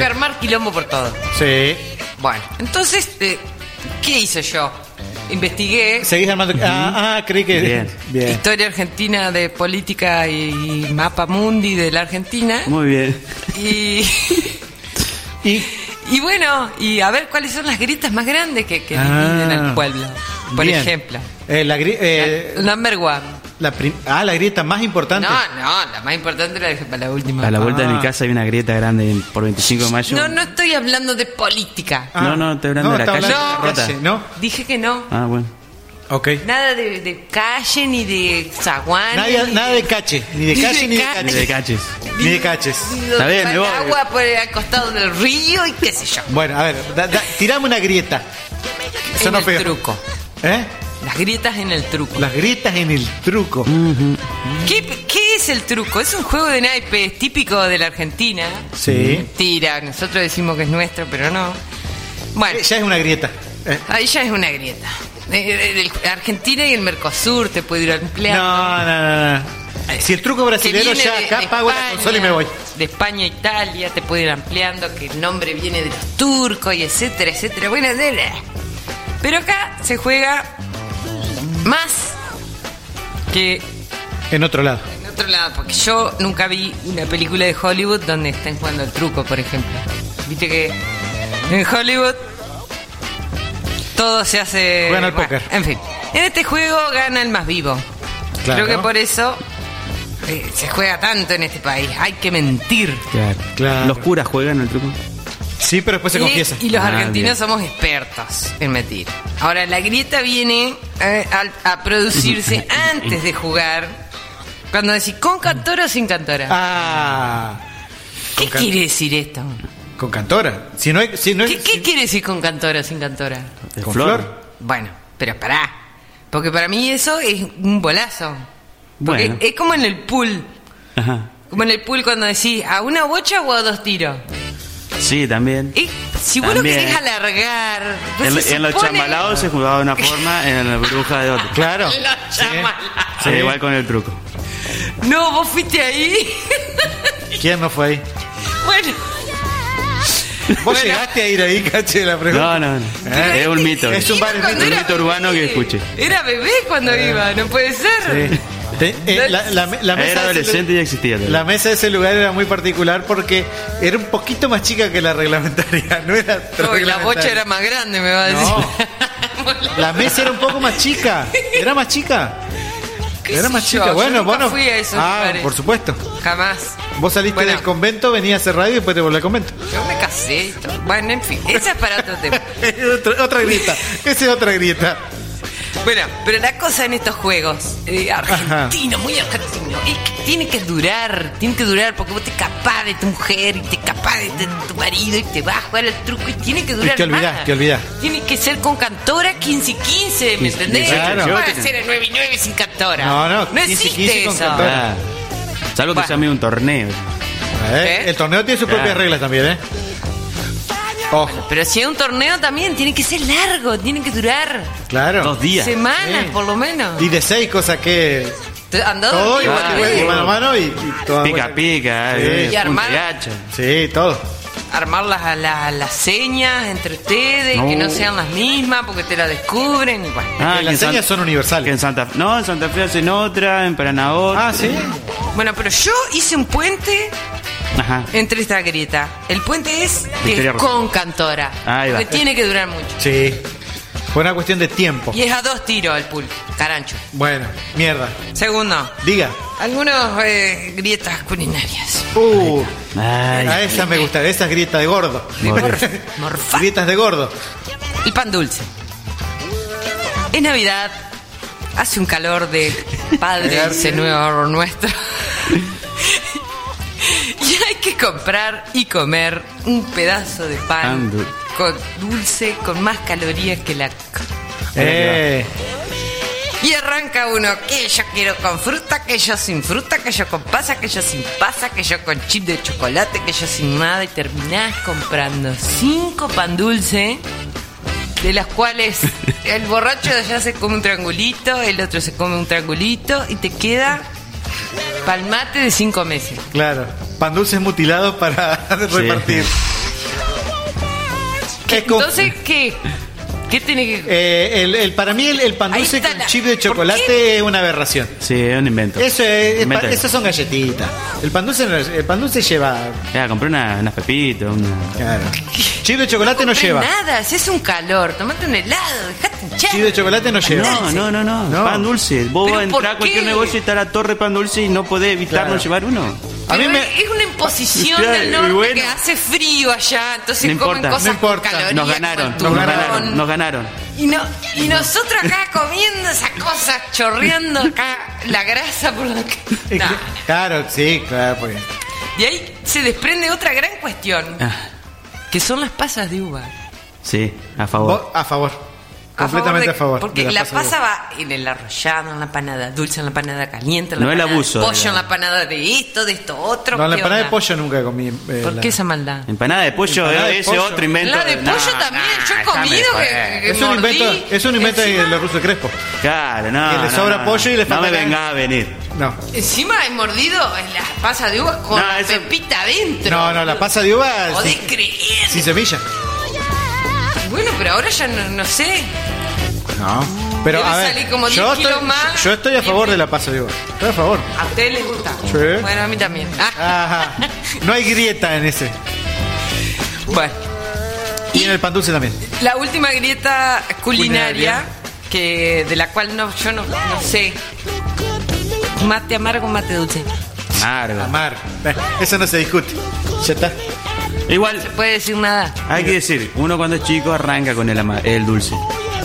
independiente. armar quilombo por todo. Sí. Bueno, entonces, eh, ¿qué hice yo? Investigué Seguís armando. Ah, ah, creí que. Bien. Bien. Historia Argentina de Política y, y Mapa Mundi de la Argentina. Muy bien. Y, y, bueno, y a ver cuáles son las grietas más grandes que, que dividen Ah, al pueblo. Por bien. ejemplo, Eh, la, gri- eh, number one. la prim- ah, la grieta más importante. No, no, la más importante la dejé para la última. A la vuelta Ah. de mi casa hay una grieta grande en- por 25 de mayo. No, no estoy hablando de política. No, no, estoy hablando Ah. No, de la está calle. hablando de la rota. calle, ¿no? Dije que no. Ah, bueno. Ok. Nada de, de calle, ni de zaguán. Nada, ni nada de cache. Ni de Ni cache, de ni de cache. caches. Ni de caches. Ni de caches. de- va el agua por el al costado del río y qué sé yo. Bueno, a ver, da- da- tirame una grieta. En Sonó el feo. truco. ¿Eh? Las grietas en el truco. Las grietas en el truco. ¿Qué, qué es el truco? Es un juego de naipes típico de la Argentina. Sí. Tira, nosotros decimos que es nuestro, pero no. Bueno. Ya es una grieta. Eh, Ahí ya es una grieta. Eh, eh, el- Argentina y el Mercosur te puede ir ampliando. No, no, no, no. Si el truco brasilero viene ya de- acá de pago la España. consola y me voy. De España a Italia te puede ir ampliando, que el nombre viene de los turcos y etcétera, etcétera. Bueno, de- de- pero acá se juega más que En otro lado. en otro lado, porque yo nunca vi una película de Hollywood donde estén jugando el truco, por ejemplo. Viste que en Hollywood todo se hace. Juegan al bueno, póker. En fin, en este juego gana el más vivo. Claro. Creo que por eso eh, se juega tanto en este país. Hay que mentir. Claro. ¿Los curas juegan el truco? Ah, Sí, pero después Ah, Y- Y, los argentinos somos expertos en mentir. Ahora, la grieta viene eh, al- a, producirse antes de jugar. Cuando decís con cantora o sin cantora. Ah. ¿Qué Con can- quiere decir esto? Con cantora. Si no hay, si no hay- ¿Qué, qué quiere decir con cantora o sin cantora? con flor. Bueno, pero pará. Porque para mí eso es un bolazo. Porque Bueno. es como en el pool. Ajá. Como en el pool cuando decís a una bocha o a dos tiros. Sí, también. Y si vos También. lo querés alargar. vos En, se en los supone- chambalados se jugaba de una forma, en la bruja de otra. Claro. Los chambalaos. Sí, igual con el truco. No, vos fuiste ahí. ¿Quién no fue ahí? Bueno, Vos llegaste a ir ahí, caché la pregunta. ¿Eh? No, no, no. Es un mito. Es un bar- es un un mito urbano que escuché. era bebé cuando iba, no puede ser. Eh, Sí. Te- eh, la, la- la mesa Era de ese adolescente y existía. lu- todavía. la mesa de ese lugar era muy particular porque era un poquito más chica que la reglamentaria. No era Uy, la reglamentaria. bocha era más grande, me va a decir. No. La mesa era un poco más chica. Era más chica. ¿Qué sé Era más yo? chica. Yo bueno, nunca bueno. fui a esos ah, lugares. por supuesto. Jamás. Vos saliste Bueno. del convento, venías a hacer radio y después te volvés al convento. Yo me casé y todo. Bueno, en fin, esa es para otro tema. otra, otra grieta. Esa es otra grieta. Bueno, pero la cosa en estos juegos, eh, argentino, muy argentino, es que tiene que durar, tiene que durar, porque vos te escapás de tu mujer y te escapás de tu, tu marido y te vas a jugar al truco y tiene que durar. Y te olvidás, más. te olvidás. Tiene que ser con cantora 15 y 15, ¿me entendés? claro. No puede ser el 9 y 9 sin cantora. No, no, no 15 y existe 15 con eso. cantora. Ah. Salvo que se llame un torneo. Eh, El torneo tiene sus Claro. propias reglas también, ¿eh? Ojo, Pero si es un torneo también, tiene que ser largo, tiene que durar claro. Dos días. semanas Sí. por lo menos. Y de seis cosas que. Andado Todo igual, igual, ¿viste? igual, mano a mano y, y todo. Pica, pica. Sí. eh, Y armar- punta hacha. Sí, todo. armar las, las, las señas entre ustedes, No. que no sean las mismas porque te la descubren. y Bueno, Que Ah, que Eh, las en San- señas son universales. que en Santa Fe. No, en Santa Fe hacen otra, en Paraná otra. Ah, sí. Bueno, pero yo hice un puente Ajá. entre esta grieta. El puente es que Victoria es Rosa. Ah, con cantora. Ahí va. Porque tiene que durar mucho. Sí. Fue una cuestión de tiempo. Y es a dos tiros el pool, carancho. Bueno, mierda. Segundo. Diga. Algunos eh, grietas culinarias. Uh, a esa me gusta, esa es grieta de gordo. Grietas de gordo. El pan dulce. Es Navidad. Hace un calor de padre ese nuevo nuestro. y hay que comprar y comer un pedazo de pan Pan dul- con dulce con más calorías que la Eh, Y arranca uno, que yo quiero con fruta, que yo sin fruta, que yo con pasa, que yo sin pasa, que yo con chip de chocolate, que yo sin nada. Y terminás comprando cinco pan dulce, de las cuales el borracho de allá se come un triangulito, el otro se come un triangulito y te queda palmate de cinco meses. claro. Pan dulces mutilados para repartir. Es como- Entonces, ¿qué? ¿Qué tiene que...? Eh, el, el- para mí el, el pan dulce con chip de chocolate es una aberración. Sí, es un invento. Eso es, Invento. esas son galletitas. El pan dulce, no es- el pan dulce lleva Ya, compré una- unas pepitas, una... Chip de chocolate no lleva. Nada, si es un calor, tomate un helado, dejate un Chip de chocolate no lleva. No, no, no, no, No. Pan dulce. Eh, Vos ¿Pero por entrás a qué? cualquier negocio y está la torre pan dulce y no podés evitar Claro. no llevar uno. A mí Pero me- es- Es una imposición Claro, del norte y bueno. que hace frío allá, entonces no comen importa, cosas no con importa. calorías. Nos ganaron, con nos turrón. ganaron, nos ganaron. Y, no, y nosotros acá comiendo esas cosas, chorreando acá la grasa por la que- Nah. Claro, sí, claro. Pues. De ahí se desprende otra gran cuestión, Ah, que son las pasas de uva. sí, a favor. A favor. Completamente a de- favor. Porque de la, pasa pasa va en el arrollado, en la panada dulce, en la panada caliente, en la No el panada de abuso de pollo, la- en la panada de esto, de esto, otro. No, la ¿qué empanada de onda? pollo nunca comí. eh, ¿Por la- qué esa maldad? Empanada de pollo, Empanada de eh, ese pollo. otro invento. La de no, pollo también, yo he no, comido déjame que, joder. que Es un mordí. invento, es un invento de los rusos Crespo. Claro, no. Que le no, sobra no, pollo y le No falta me carne. vengas a venir. No. Encima he mordido en las pasas de uva con No, la eso- pepita adentro. No, no, la pasa de uva Podés sin, creer. sin semilla. Bueno, pero ahora ya no, no sé. No. Pero Debe a ver, salir como 10 yo estoy, kilos más. yo estoy a favor de la pasa de uva. Estoy a favor. A ustedes les gusta. Sí. Bueno, a mí también. Ah. Ajá. No hay grieta en ese. Bueno. Y en el pan dulce también. La última grieta culinaria Culinaria. que de la cual no yo no, no sé. Mate amargo, mate dulce. Amargo. Amar. Eh, Eso no se discute. Ya está. Igual, No puede decir nada. hay que decir, uno cuando es chico arranca con el, ama- el dulce.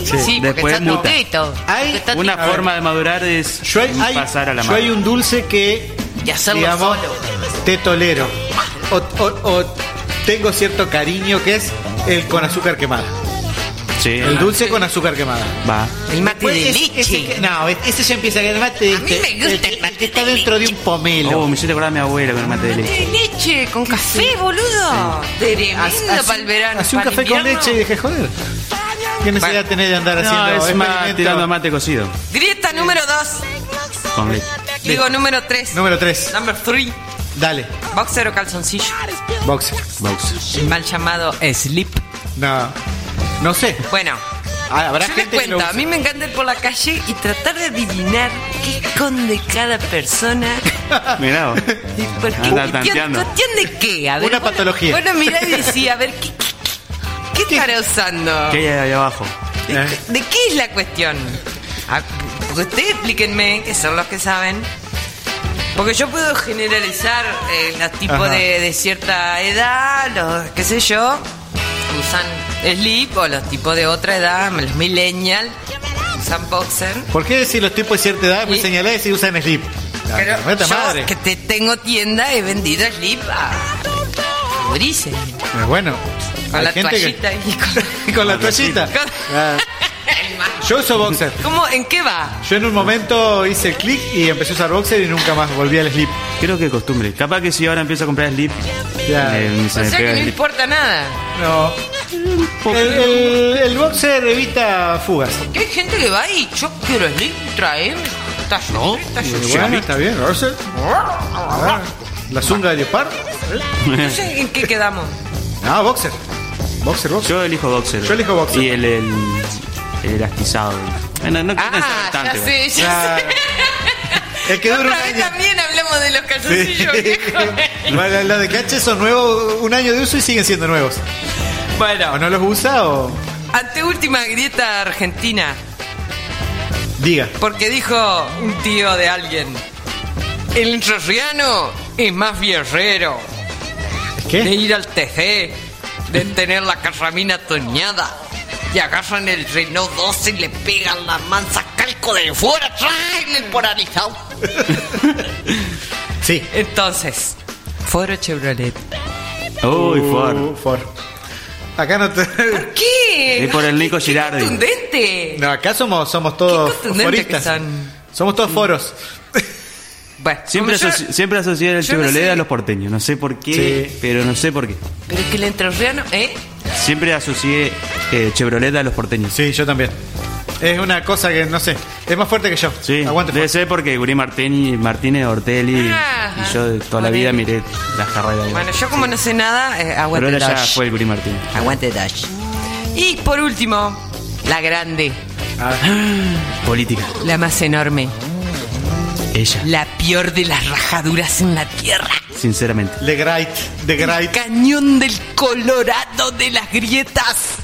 Sí, porque Después está muta. tutito. Porque está Una tutito. forma de madurar es Yo hay, hay- pasar a la yo mano. hay un dulce que Y hacerlo digamos, solo. te tolero. O, o- o tengo cierto cariño que es el con azúcar quemada. Sí. El dulce con azúcar quemada. Va. El mate Pues de ese- leche. ese que- no, ese ya empieza a el mate. A mí me gusta el, que- el que está dentro de un pomelo. Oh, me hiciste acordar a mi abuela con el mate de leche. De leche con café, boludo. Tremendo Haz- para el verano. Hacé un pa'l café con invierno. leche y dejé joder. ¿Qué necesidad tenés de andar haciendo No, es más experimentos? tirando a mate cocido. Grieta número 2. Con leche. Digo número 3. Número 3. Number 3. Dale. Boxer o calzoncillo. Boxer. El mal llamado slip. No. No sé. Bueno. Ah, Habrá Yo les gente que lo cuento, a use. mí me encanta ir por la calle y tratar de adivinar qué esconde cada persona. Mirá. vos. Porque cuestión, Andar tanteando. cuestión de qué, a ver. Una vos- patología. Bueno, mirá y decía, a ver, ¿qué, qué, qué estará usando? ¿Qué hay ahí abajo? Eh. ¿De qué es la cuestión? Ah, porque Ustedes explíquenme, que son los que saben. Porque yo puedo generalizar eh, los tipos Ajá. de, de cierta edad, los qué sé yo, usan slip, o los tipos de otra edad, los millennial, usan boxer. ¿Por qué decir los tipos de cierta edad me señalás si usan slip? La Pero puta yo, madre. que te tengo tienda, he vendido slip a Mauricio. Pero bueno, Con hay la gente toallita y que, con la toallita. Ah, yo uso boxer. ¿Cómo? ¿En qué va? Yo en un momento hice el clic y empecé a usar boxer y nunca más volví al slip. Creo que costumbre. Capaz que si ahora empiezo a comprar slip, Ya. eh, se O me sea pega que no el slip. importa nada. No. El, el- el boxer evita fugas. Que hay gente que va y yo quiero slip, traeme. Está yo, está eh, yo. Bueno, está bien, boxer. Ah, La zunga de leopardo. Entonces, ¿en qué quedamos? Ah, boxer. Boxer, boxer. Yo elijo boxer. Yo elijo boxer. Y el, el, el elastizado. Bueno, no creo que sea Ah, ya tanto, sé, igual. ya Claro. El que sé. dura un Otra vez año. también hablamos de los calzoncillos Sí. viejos. Bueno, los de caché son nuevos, un año de uso y siguen siendo nuevos. Bueno. ¿O no los usa o.? Ante última grieta argentina, Diga. porque dijo un tío de alguien, el rosriano es más guerrero de ir al TC, de tener la carramina toñada. Y agarran el Renault 12 y le pegan la mansa calco de fuera, traen el polarizado. Sí. Entonces, Foro Chevrolet. Uy, Ford. Uh, Acá no te. ¿Qué? Es Eh, por el Nico Girardi. ¡Contundente! No, acá somos, somos todos contundente foristas. que Somos todos foros. Siempre, Como yo- asoci- siempre asocié el yo no Chevrolet sé. a los porteños. No sé por qué, pero no sé por qué. Pero es que el entrerriano, ¿eh? Siempre asocié eh, Chevrolet a los porteños. Sí, yo también. Es una cosa que no sé. Es más fuerte que yo. Sí, debe ser porque Guri Martini, Martínez Ortelli Ah, y yo de toda la vida miré las carreras. Bueno, yo como no sé nada, eh, Pero aguante ahora ya Dodge. fue el Guri Martínez. Aguante Dash. Y por último, la grande, Ah. Política. la más enorme, Ella, la peor de las rajaduras en la tierra. sinceramente. The Great, The El cañón del Colorado de las grietas.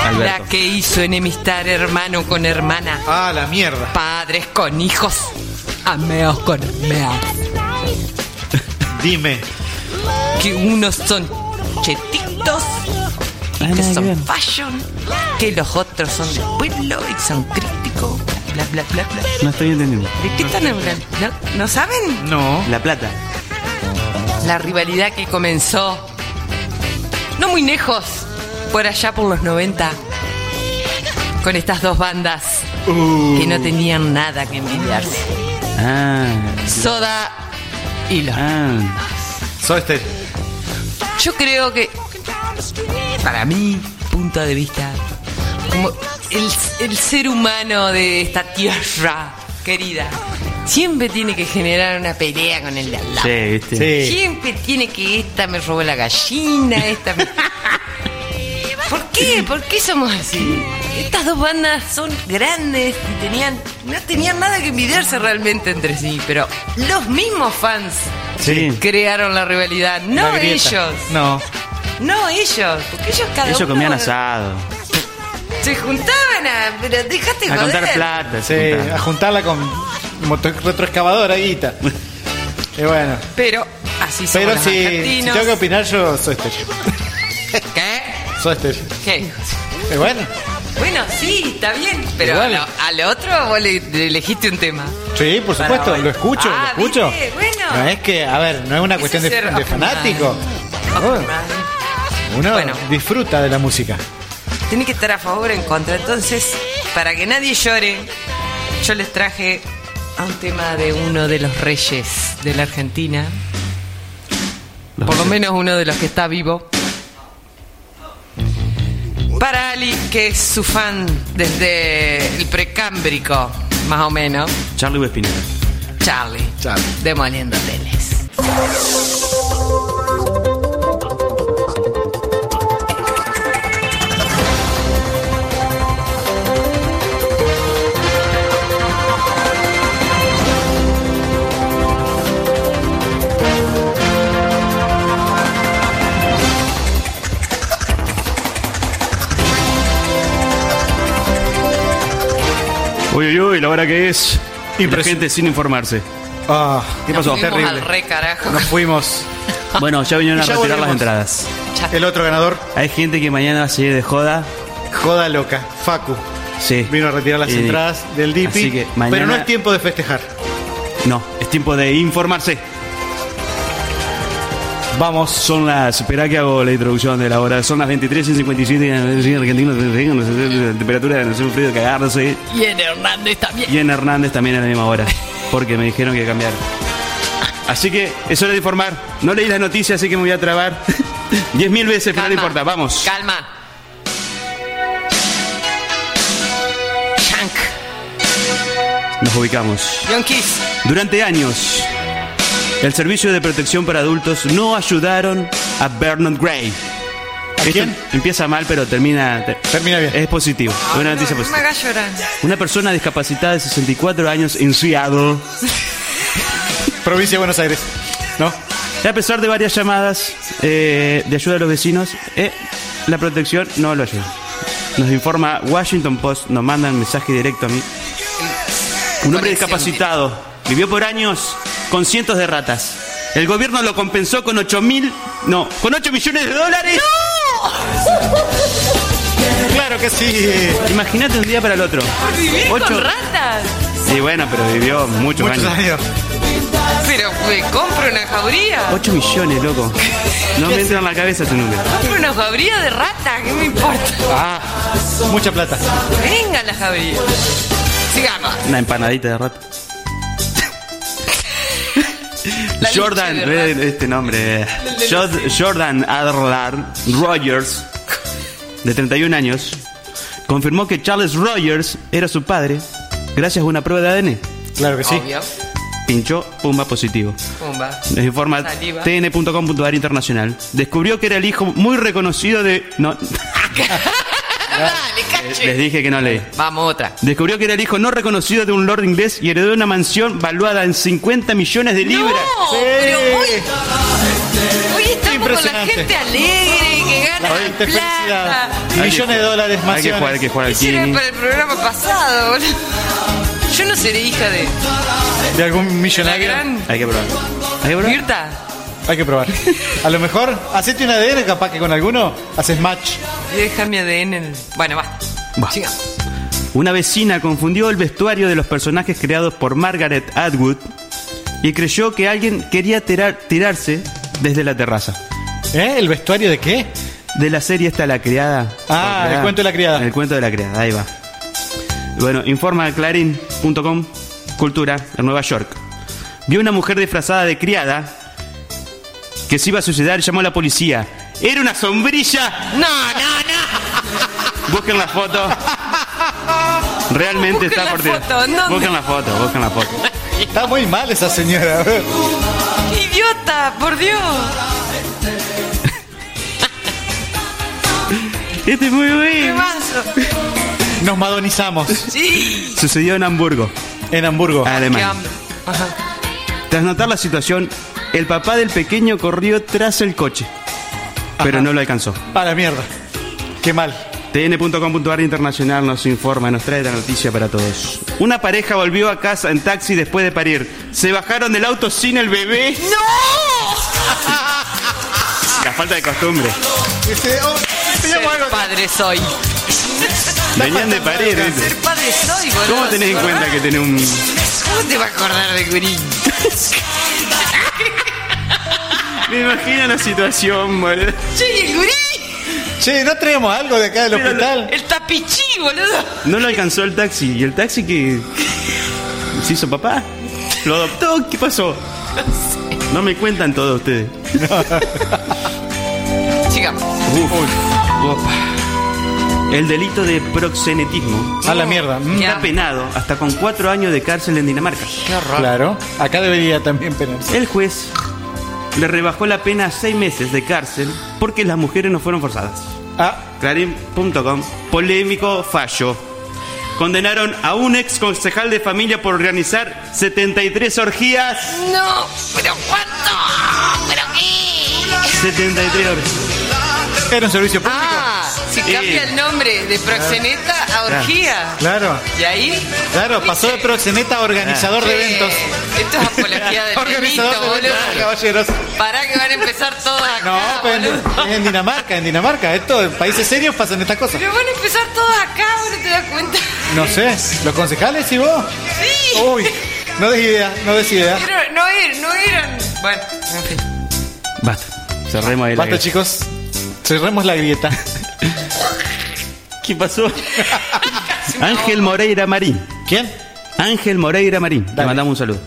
Alberto. La que hizo enemistar hermano con hermana. Ah, la mierda. Padres con hijos. Ameos con ameas. Dime. Que unos son chetitos. Y que son fashion. Que los otros son de pueblo y son críticos. Bla, bla, bla, bla. No estoy entendiendo. ¿De qué están hablando? ¿No, no saben? No. La plata. La rivalidad que comenzó. No muy lejos. Por allá por los 90. Con estas dos bandas. Que no tenían nada que envidiarse. Ah. Soda y los. Soy este. Yo creo que, para mi punto de vista, como el, el ser humano de esta tierra querida, siempre tiene que generar una pelea con el de al lado. Sí, viste. Siempre tiene que esta me robó la gallina, esta me... ¿Por qué? ¿Por qué somos así? Estas dos bandas son grandes y tenían, no tenían nada que envidiarse realmente entre sí, pero los mismos fans Sí. crearon la rivalidad, no La grieta. ellos. No. No ellos, porque ellos cada Ellos uno comían asado. se juntaban a... Pero dejate A joder. contar plata. Sí, a juntarla con moto- retroexcavadora, guita. Y bueno. Pero así somos Pero los si, si argentinos. tengo que opinar, yo soy este. ¿Qué? Soy este. ¿Qué? Y bueno. Bueno, sí, está bien, pero Igual. a lo- al otro vos le, le elegiste un tema. Sí, por Para supuesto, hoy. lo escucho, Ah, lo escucho. ¿viste? Bueno. No es que, a ver, no es una cuestión de, es Ah. ser de fanático. Uno uno disfruta de la música. Tiene que estar a favor o en contra. Entonces, para que nadie llore, yo les traje a un tema de uno de los reyes de la Argentina. Por lo menos uno de los que está vivo. Para Ali, que es su fan desde el precámbrico, más o menos. Charlie Vespineta. Charlie. Demoliendo teles. Uy, uy, uy, la hora que es. La gente sin informarse. Ah, ¿Qué Nos pasó? fuimos al re carajo. Nos fuimos. Bueno, ya vinieron Y a ya retirar las volvemos. entradas. El otro ganador, Hay gente que mañana va a seguir de joda. Joda Loca, Facu. Sí. Vino a retirar las Eh, entradas del así DIPI. que mañana- Pero no es tiempo de festejar. No, es tiempo de informarse. Vamos. Son las. Esperá que hago la introducción de la hora. Son las 23 y 57 y en Argentina temperatura de no sé, un frío de cagarse. Y en Hernández también. Y en Hernández también a la misma hora. Porque me dijeron que cambiar. Así que es hora de informar. No leí las noticias, así que me voy a trabar. Diez mil veces, pero no importa. Vamos. Calma. Shank. Nos ubicamos. Yonkis. Durante años, el Servicio de Protección para Adultos no ayudaron a Bernard Gray. Esto Empieza mal, pero termina... Termina bien. Es positivo. Una noticia Ah, No me positiva. hagas llorar. Una persona discapacitada de 64 años en Seattle. Provincia de Buenos Aires. ¿No? A pesar de varias llamadas eh, de ayuda a los vecinos, eh, la protección no lo ayuda. Nos informa Washington Post, nos mandan mensaje directo a mí. Un hombre discapacitado vivió por años con cientos de ratas. El gobierno lo compensó con 8 mil. No, con 8 millones de dólares. Claro que sí. Imagínate un día para el otro. Vivir Ocho- con ratas. Sí, bueno, pero vivió muchos, años. Pero me compro una jauría. 8 millones, loco. No me entra en la cabeza tu número. Compro una jauría de ratas, ¿qué me importa? Ah, mucha plata. Venga la jauría. Sigamos. Una empanadita de rato. La Jordan, leche de eh, este nombre. eh. Jod- Jordan Adler Rogers, de 31 años, confirmó que Charles Rogers era su padre gracias a una prueba de ADN. Claro que Obvio. Pinchó, pumba positivo. Pumba. Nos informa Saliva. tn.com.ar internacional. Descubrió que era el hijo muy reconocido de. No, Dale, cache. Eh, les dije que no leí. Vamos otra. Descubrió que era el hijo no reconocido de un lord inglés y heredó una mansión valuada en 50 millones de libras. No, pero Eh. hoy, hoy estamos con la gente alegre que gana plata. Hay que Millones de jugar- dólares Hay que mansiones. jugar, hay que jugar al Ese era Kini. para el programa pasado, boludo. Yo no seré hija de De algún millonario. gran Hay que probar. Hay que probar. Mirta. Hay que probar. A lo mejor, hacete una ADN capaz que con alguno haces match. Deja mi ADN. en- Bueno, va. Va. Una vecina confundió el vestuario de los personajes creados por Margaret Atwood y creyó que alguien quería tirar- tirarse desde la terraza. ¿Eh? ¿El vestuario de qué? De la serie está la criada. Ah, el cuento de la criada. El cuento de la criada, ahí va. Bueno, informa clarín.com Cultura en Nueva York. Vio una mujer disfrazada de criada que se iba a suicidar y llamó a la policía. Era una sombrilla. No, no, no. Busquen la foto. Realmente está por tirar. foto, ¿en dónde? Busquen la foto, busquen la foto. Está muy mal esa señora. ¡Qué idiota! ¡Por Dios! Este es muy ¡Qué bueno. manso! Nos madonizamos. Sí. Sucedió en Hamburgo. En Hamburgo. ¡Qué Alemania. hambre! Ajá. Tras notar la situación, el papá del pequeño corrió tras el coche, pero no lo alcanzó. A la mierda. Qué mal. TN.com.ar Internacional nos informa, nos trae la noticia para todos. Una pareja volvió a casa en taxi después de parir. Se bajaron del auto sin el bebé. La falta de costumbre. Este, oh, Ser padre soy. Venían de parir, dice. Ser padre soy, boludo. ¿Cómo tenés en cuenta que tenés un... ¿Cómo te vas a acordar de Gurín? Me imagino la situación, boludo. ¡Che, el Gurín! Che, ¿no traemos algo de acá del hospital? ¡El tapichí, boludo! No lo alcanzó el taxi. ¿Y el taxi que se hizo papá? ¿Lo adoptó? ¿Qué pasó? No me cuentan todos ustedes. Sigamos. Uf. Opa. El delito de proxenetismo. A la mierda. Mm. Está penado hasta con cuatro años de cárcel en Dinamarca. Claro. Acá debería también penarse. El juez le rebajó la pena a seis meses de cárcel porque las mujeres no fueron forzadas. Ah. Clarín.com. Polémico fallo. Condenaron a un ex concejal de familia por organizar 73 orgías. ¡No! ¡Pero cuánto! ¡Pero qué! 73 orgías. Era un servicio público. Ah, si cambia el nombre de proxeneta a orgía. Claro. Y ahí. Claro, pasó de proxeneta a organizador de Che, eventos. Esto es apología del Organizador delito, de eventos, boludo. caballeros. Pará que van a empezar todas acá. No, pero en, en Dinamarca, en Dinamarca. Esto, en países serios pasan estas cosas. Pero van a empezar todas acá, boludo, ¿te das cuenta? No sé, ¿los concejales y vos? Sí. Uy, no des idea, no des idea. Pero no, er- no eran. Bueno, en fin. Basta. Cerremos ahí la Basta, grieta. chicos. Cerremos la grieta. ¿Qué pasó? Ángel Moreira Marín. ¿Quién? Ángel Moreira Marín. Le mandamos un saludo.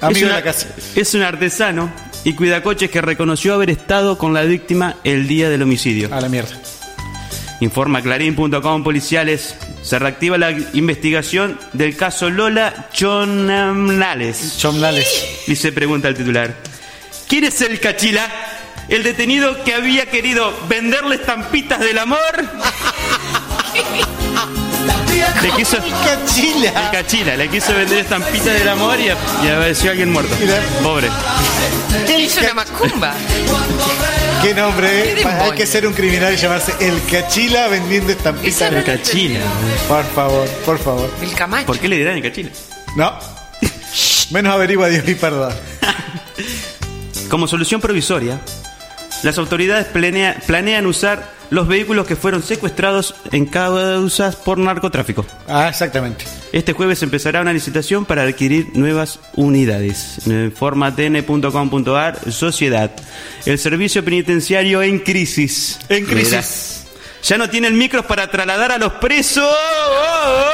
Amigo de una- la casa. es un artesano y cuidacoches que reconoció haber estado con la víctima el día del homicidio. A la mierda. Informa clarín.com policiales. Se reactiva la investigación del caso Lola Chonamnales. Chonamnales. Y se pregunta al titular. ¿Quién es el cachila? El detenido que había querido venderle estampitas del amor. Le quiso. Cachila. El cachila. Le quiso vender estampitas del amor y, y apareció alguien muerto. Pobre. Hizo una macumba. ¿Qué nombre? ¿Qué eh? Hay demonios? que ser un criminal y llamarse El Cachila vendiendo estampitas. El Cachila. Por favor, por favor. El Camacho. ¿Por qué le dirán el cachila? No. Menos averigua Dios y perdón. Como solución provisoria, las autoridades planea- planean usar los vehículos que fueron secuestrados en causas por narcotráfico. Ah, exactamente. Este jueves empezará una licitación para adquirir nuevas unidades. Eh, Formatn.com.ar Sociedad. El servicio penitenciario en crisis. En crisis. Ya no tienen micros para trasladar a los presos. Oh.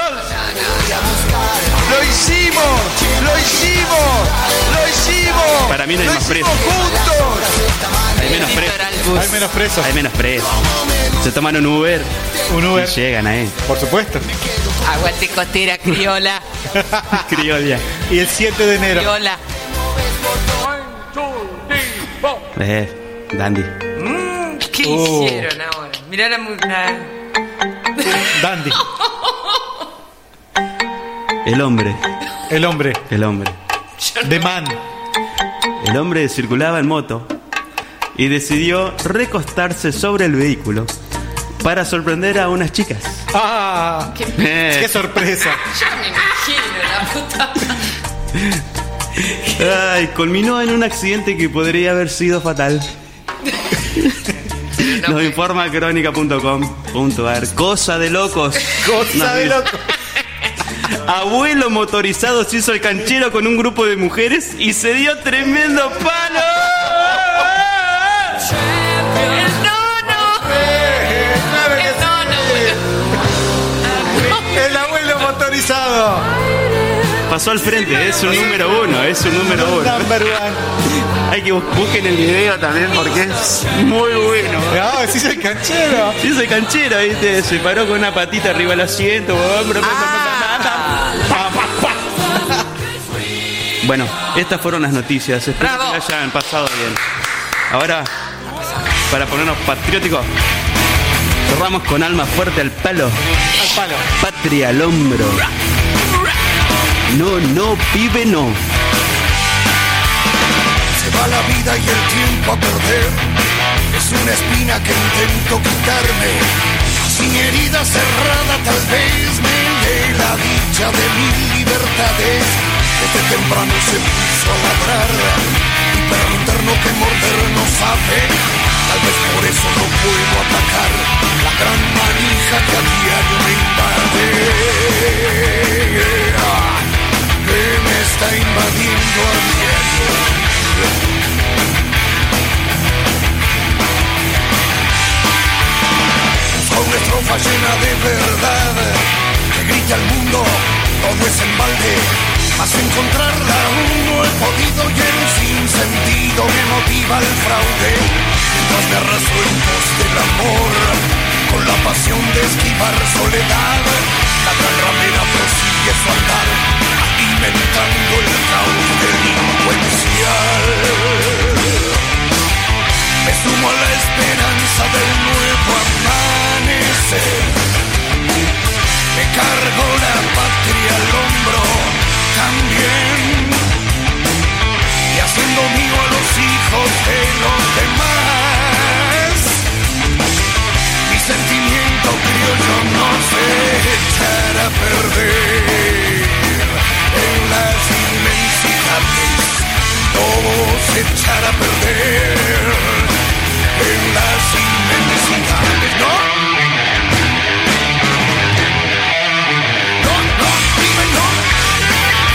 Lo hicimos, lo hicimos, lo hicimos. Para mí no hay Lo más hicimos presos. juntos. Hay menos presos. Hay menos presos. Hay menos presos. Se toman un Uber. Un Uber. Y llegan ahí. Por supuesto. Aguante costera criola. Criolla. Y el 7 de enero. Criola. Eh, Dandy. ¿Qué Oh. hicieron ahora? Mirá la, mu- la- Dandy. El hombre. El hombre. El hombre. The man. El hombre circulaba en moto y decidió recostarse sobre el vehículo para sorprender a unas chicas. ¡Ah! ¡Qué, Eh. qué sorpresa! Ya me imagino la puta. Ay, culminó en un accidente que podría haber sido fatal. Nos informa crónica.com.ar. Cosa de locos. Nos dice. Abuelo motorizado se hizo el canchero con un grupo de mujeres y se dio tremendo palo. Eh, El abuelo motorizado. Pasó al frente, es un número uno, es un número uno. Number Hay que bus- busquen el video también porque es muy bueno. No, sí soy canchero. Sí soy canchero, viste, se paró con una patita arriba del asiento. bro, bro, bro, Ah, bro, Ah, bro, bro, bro, bro. Bueno, estas fueron las noticias. Espero que la hayan pasado bien. Ahora, para ponernos patrióticos, cerramos con alma fuerte al palo. Al palo. Patria al hombro. No, no, pibe, no. Se va la vida y el tiempo a perder. Es una espina que intento quitarme. Sin herida cerrada tal vez me dé la dicha de mis libertades. Desde temprano se puso a ladrar. Y perro interno que morder no sabe. Tal vez por eso no puedo atacar la gran manija que a diario me invade. Ah, Que me está invadiendo a diario. Con una estrofa llena de verdad que grita al mundo, todo es en balde. Mas encontrarla aún no he podido y el sinsentido me motiva el fraude. Mientras me arrastro en pos del amor, con la pasión de esquivar soledad. La gran ramera persigue su andar, alimentando el caos delincuencial. Me sumo a la esperanza del nuevo amanecer. Me cargo la patria al hombro también. Y haciendo mío a los hijos de los demás. Mi sentimiento criollo no se echará a perder. En las inmensidades todo se echará a perder en las inmensidades. No, no, no, dime no.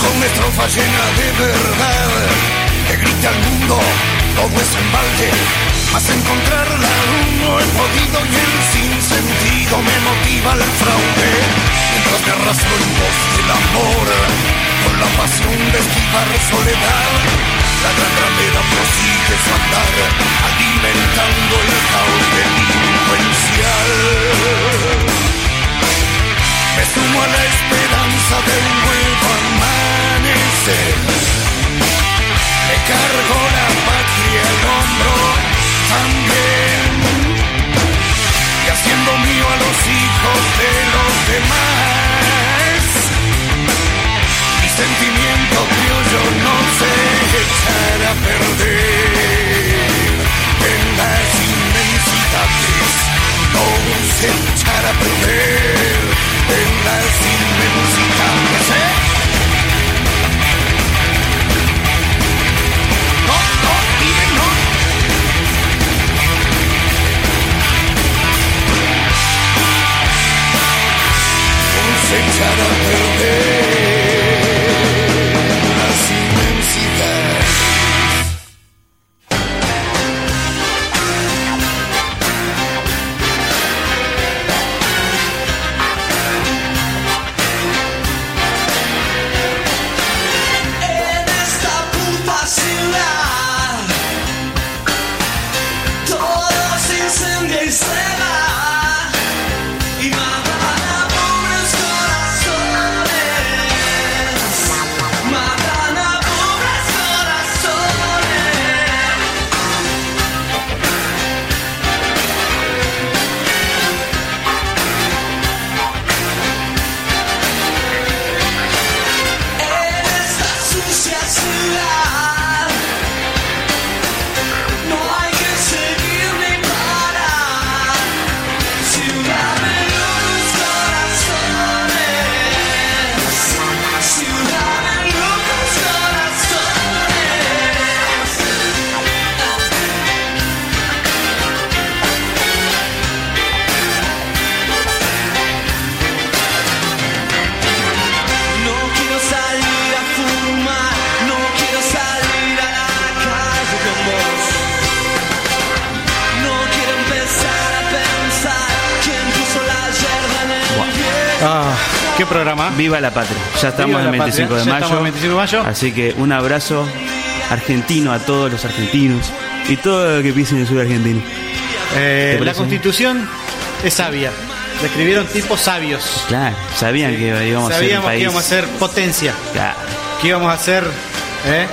Con una estrofa llena de verdad que grita al mundo, todo es en balde. Mas encontrarla aún no he podido y el sinsentido me motiva al fraude. Mientras me arrastro en voz del amor, con la pasión de esquivar soledad. La gran ramera prosigue su andar, alimentando el caos delincuencial. Me sumo a la esperanza de un nuevo amanecer. Me cargo la patria al hombro también. Y haciendo mío a los hijos de los demás. Mi sentimiento criollo no se echará a perder. En las inmensidades no se echará a perder. En las inmensidades. ¿eh? No, no, dime no. Se echará a perder las inmensidades. En esta puta ciudad todo se incendia y se va y matan a pobres corazones, matan a pobres corazones. En esta sucia ciudad no hay que seguir ni parar. Ciudad de los corazones. Ciudad de los corazones. No quiero salir a fumar. No quiero salir a la calle con vos. No quiero empezar a pensar quién puso la yerba en el pie. Ah, qué programa. Viva la patria. Ya estamos Viva en la patria. 25 de Ya mayo. estamos en 25 de mayo. Así que un abrazo argentino a todos los argentinos y todo lo que pisen en sur argentino. Eh, ¿Te la parece? constitución es sabia. La escribieron tipos sabios. Claro, sabían que íbamos a ser un Sabíamos que país. íbamos a ser potencia. Claro. Que íbamos a hacer eh,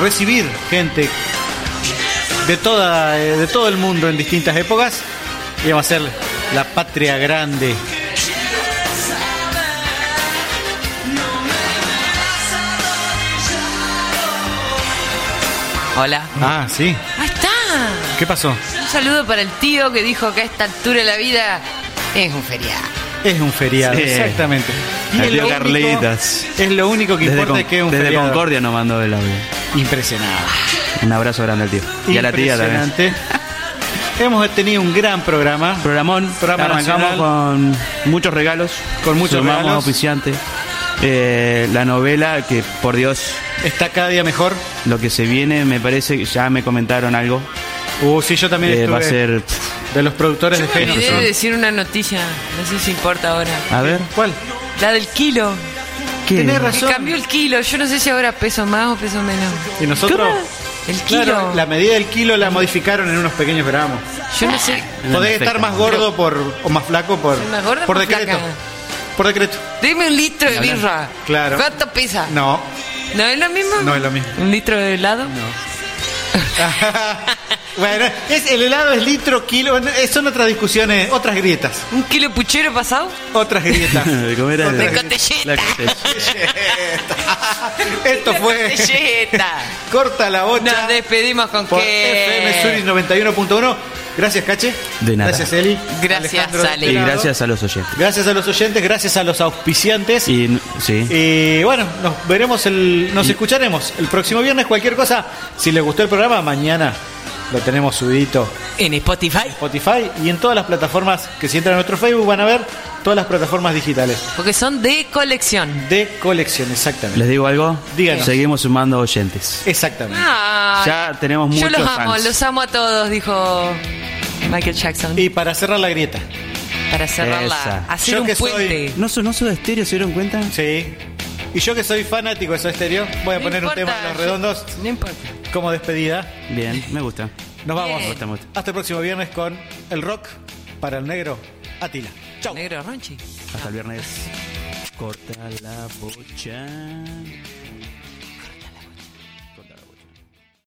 recibir gente de toda eh, de todo el mundo en distintas épocas. Íbamos a ser la patria grande. Hola. Ah, sí. ¡Ahí está! ¿Qué pasó? Un saludo para el tío que dijo que a esta altura de la vida es un feriado. Es un feriado, Sí. exactamente. El es tío lo único- Carlitas. Es lo único que Desde, importa Con- es que es un desde feriado. Concordia nos mandó el audio. Impresionado. Un abrazo grande al tío. Y a la tía también. Impresionante. Hemos tenido un gran programa. Programón. Programa Arrancamos nacional. con muchos regalos. Con muchos Sumamos regalos. oficiante. Eh, la novela que, por Dios. Está cada día mejor. Lo que se viene, me parece, que ya me comentaron algo. Uh, sí, yo también Eh, estuve va a ser. de los productores de Me olvidé de Facebook. decir una noticia, no sé si importa ahora. A ver. ¿Cuál? La del kilo. ¿Qué? Tenés Que razón. cambió el kilo, yo no sé si ahora peso más o peso menos. Y nosotros. El kilo. Claro, la medida del kilo la modificaron en unos pequeños gramos. Yo no sé. Podés estar más gordo por o más flaco por Soy más gorda o por más decreto. flaca. Por decreto. Dime un litro de birra. Claro. ¿Cuánto pesa? No, Ah. ¿No es lo mismo? no es lo mismo. ¿Un litro de helado? Bueno, es, el helado es litro, kilo, eh, son otras discusiones, otras grietas. ¿Un kilo puchero pasado? Otras grietas. ¿Cómo era? Otra De grieta. cotelleta. Esto fue Cotelleta. Corta la Bocha Nos despedimos con por que... FM Zurich 91.1. Gracias, Cache. De nada. Gracias, Eli. Gracias, Alejandro del Ale. Y otro lado. gracias a los oyentes. Gracias a los oyentes, gracias a los auspiciantes. Y n- sí. Y bueno, nos veremos, el, nos escucharemos el próximo viernes. Cualquier cosa, si les gustó el programa, mañana Lo tenemos subidito. En Spotify. Spotify y en todas las plataformas que si entran a nuestro Facebook van a ver todas las plataformas digitales. Porque son de colección. De colección, exactamente. ¿Les digo algo? Díganos. Seguimos sumando oyentes. Exactamente. Ah, Ya tenemos Yo muchos los amo, fans. los amo a todos, dijo Michael Jackson. Y para cerrar la grieta. Para cerrarla. Esa. Hacer Yo un que soy- puente. ¿No sonó Soda Stereo? ¿Se dieron cuenta? Sí. Y yo que soy fanático de Soda Stereo, voy a No poner importa, un tema de los yo- redondos No importa. como despedida. Bien, me gusta. Nos vamos. Me gusta, me gusta. Hasta el próximo viernes con el rock para el negro Atila. Chau. Negro Ronchi. Hasta el viernes. Corta la bocha.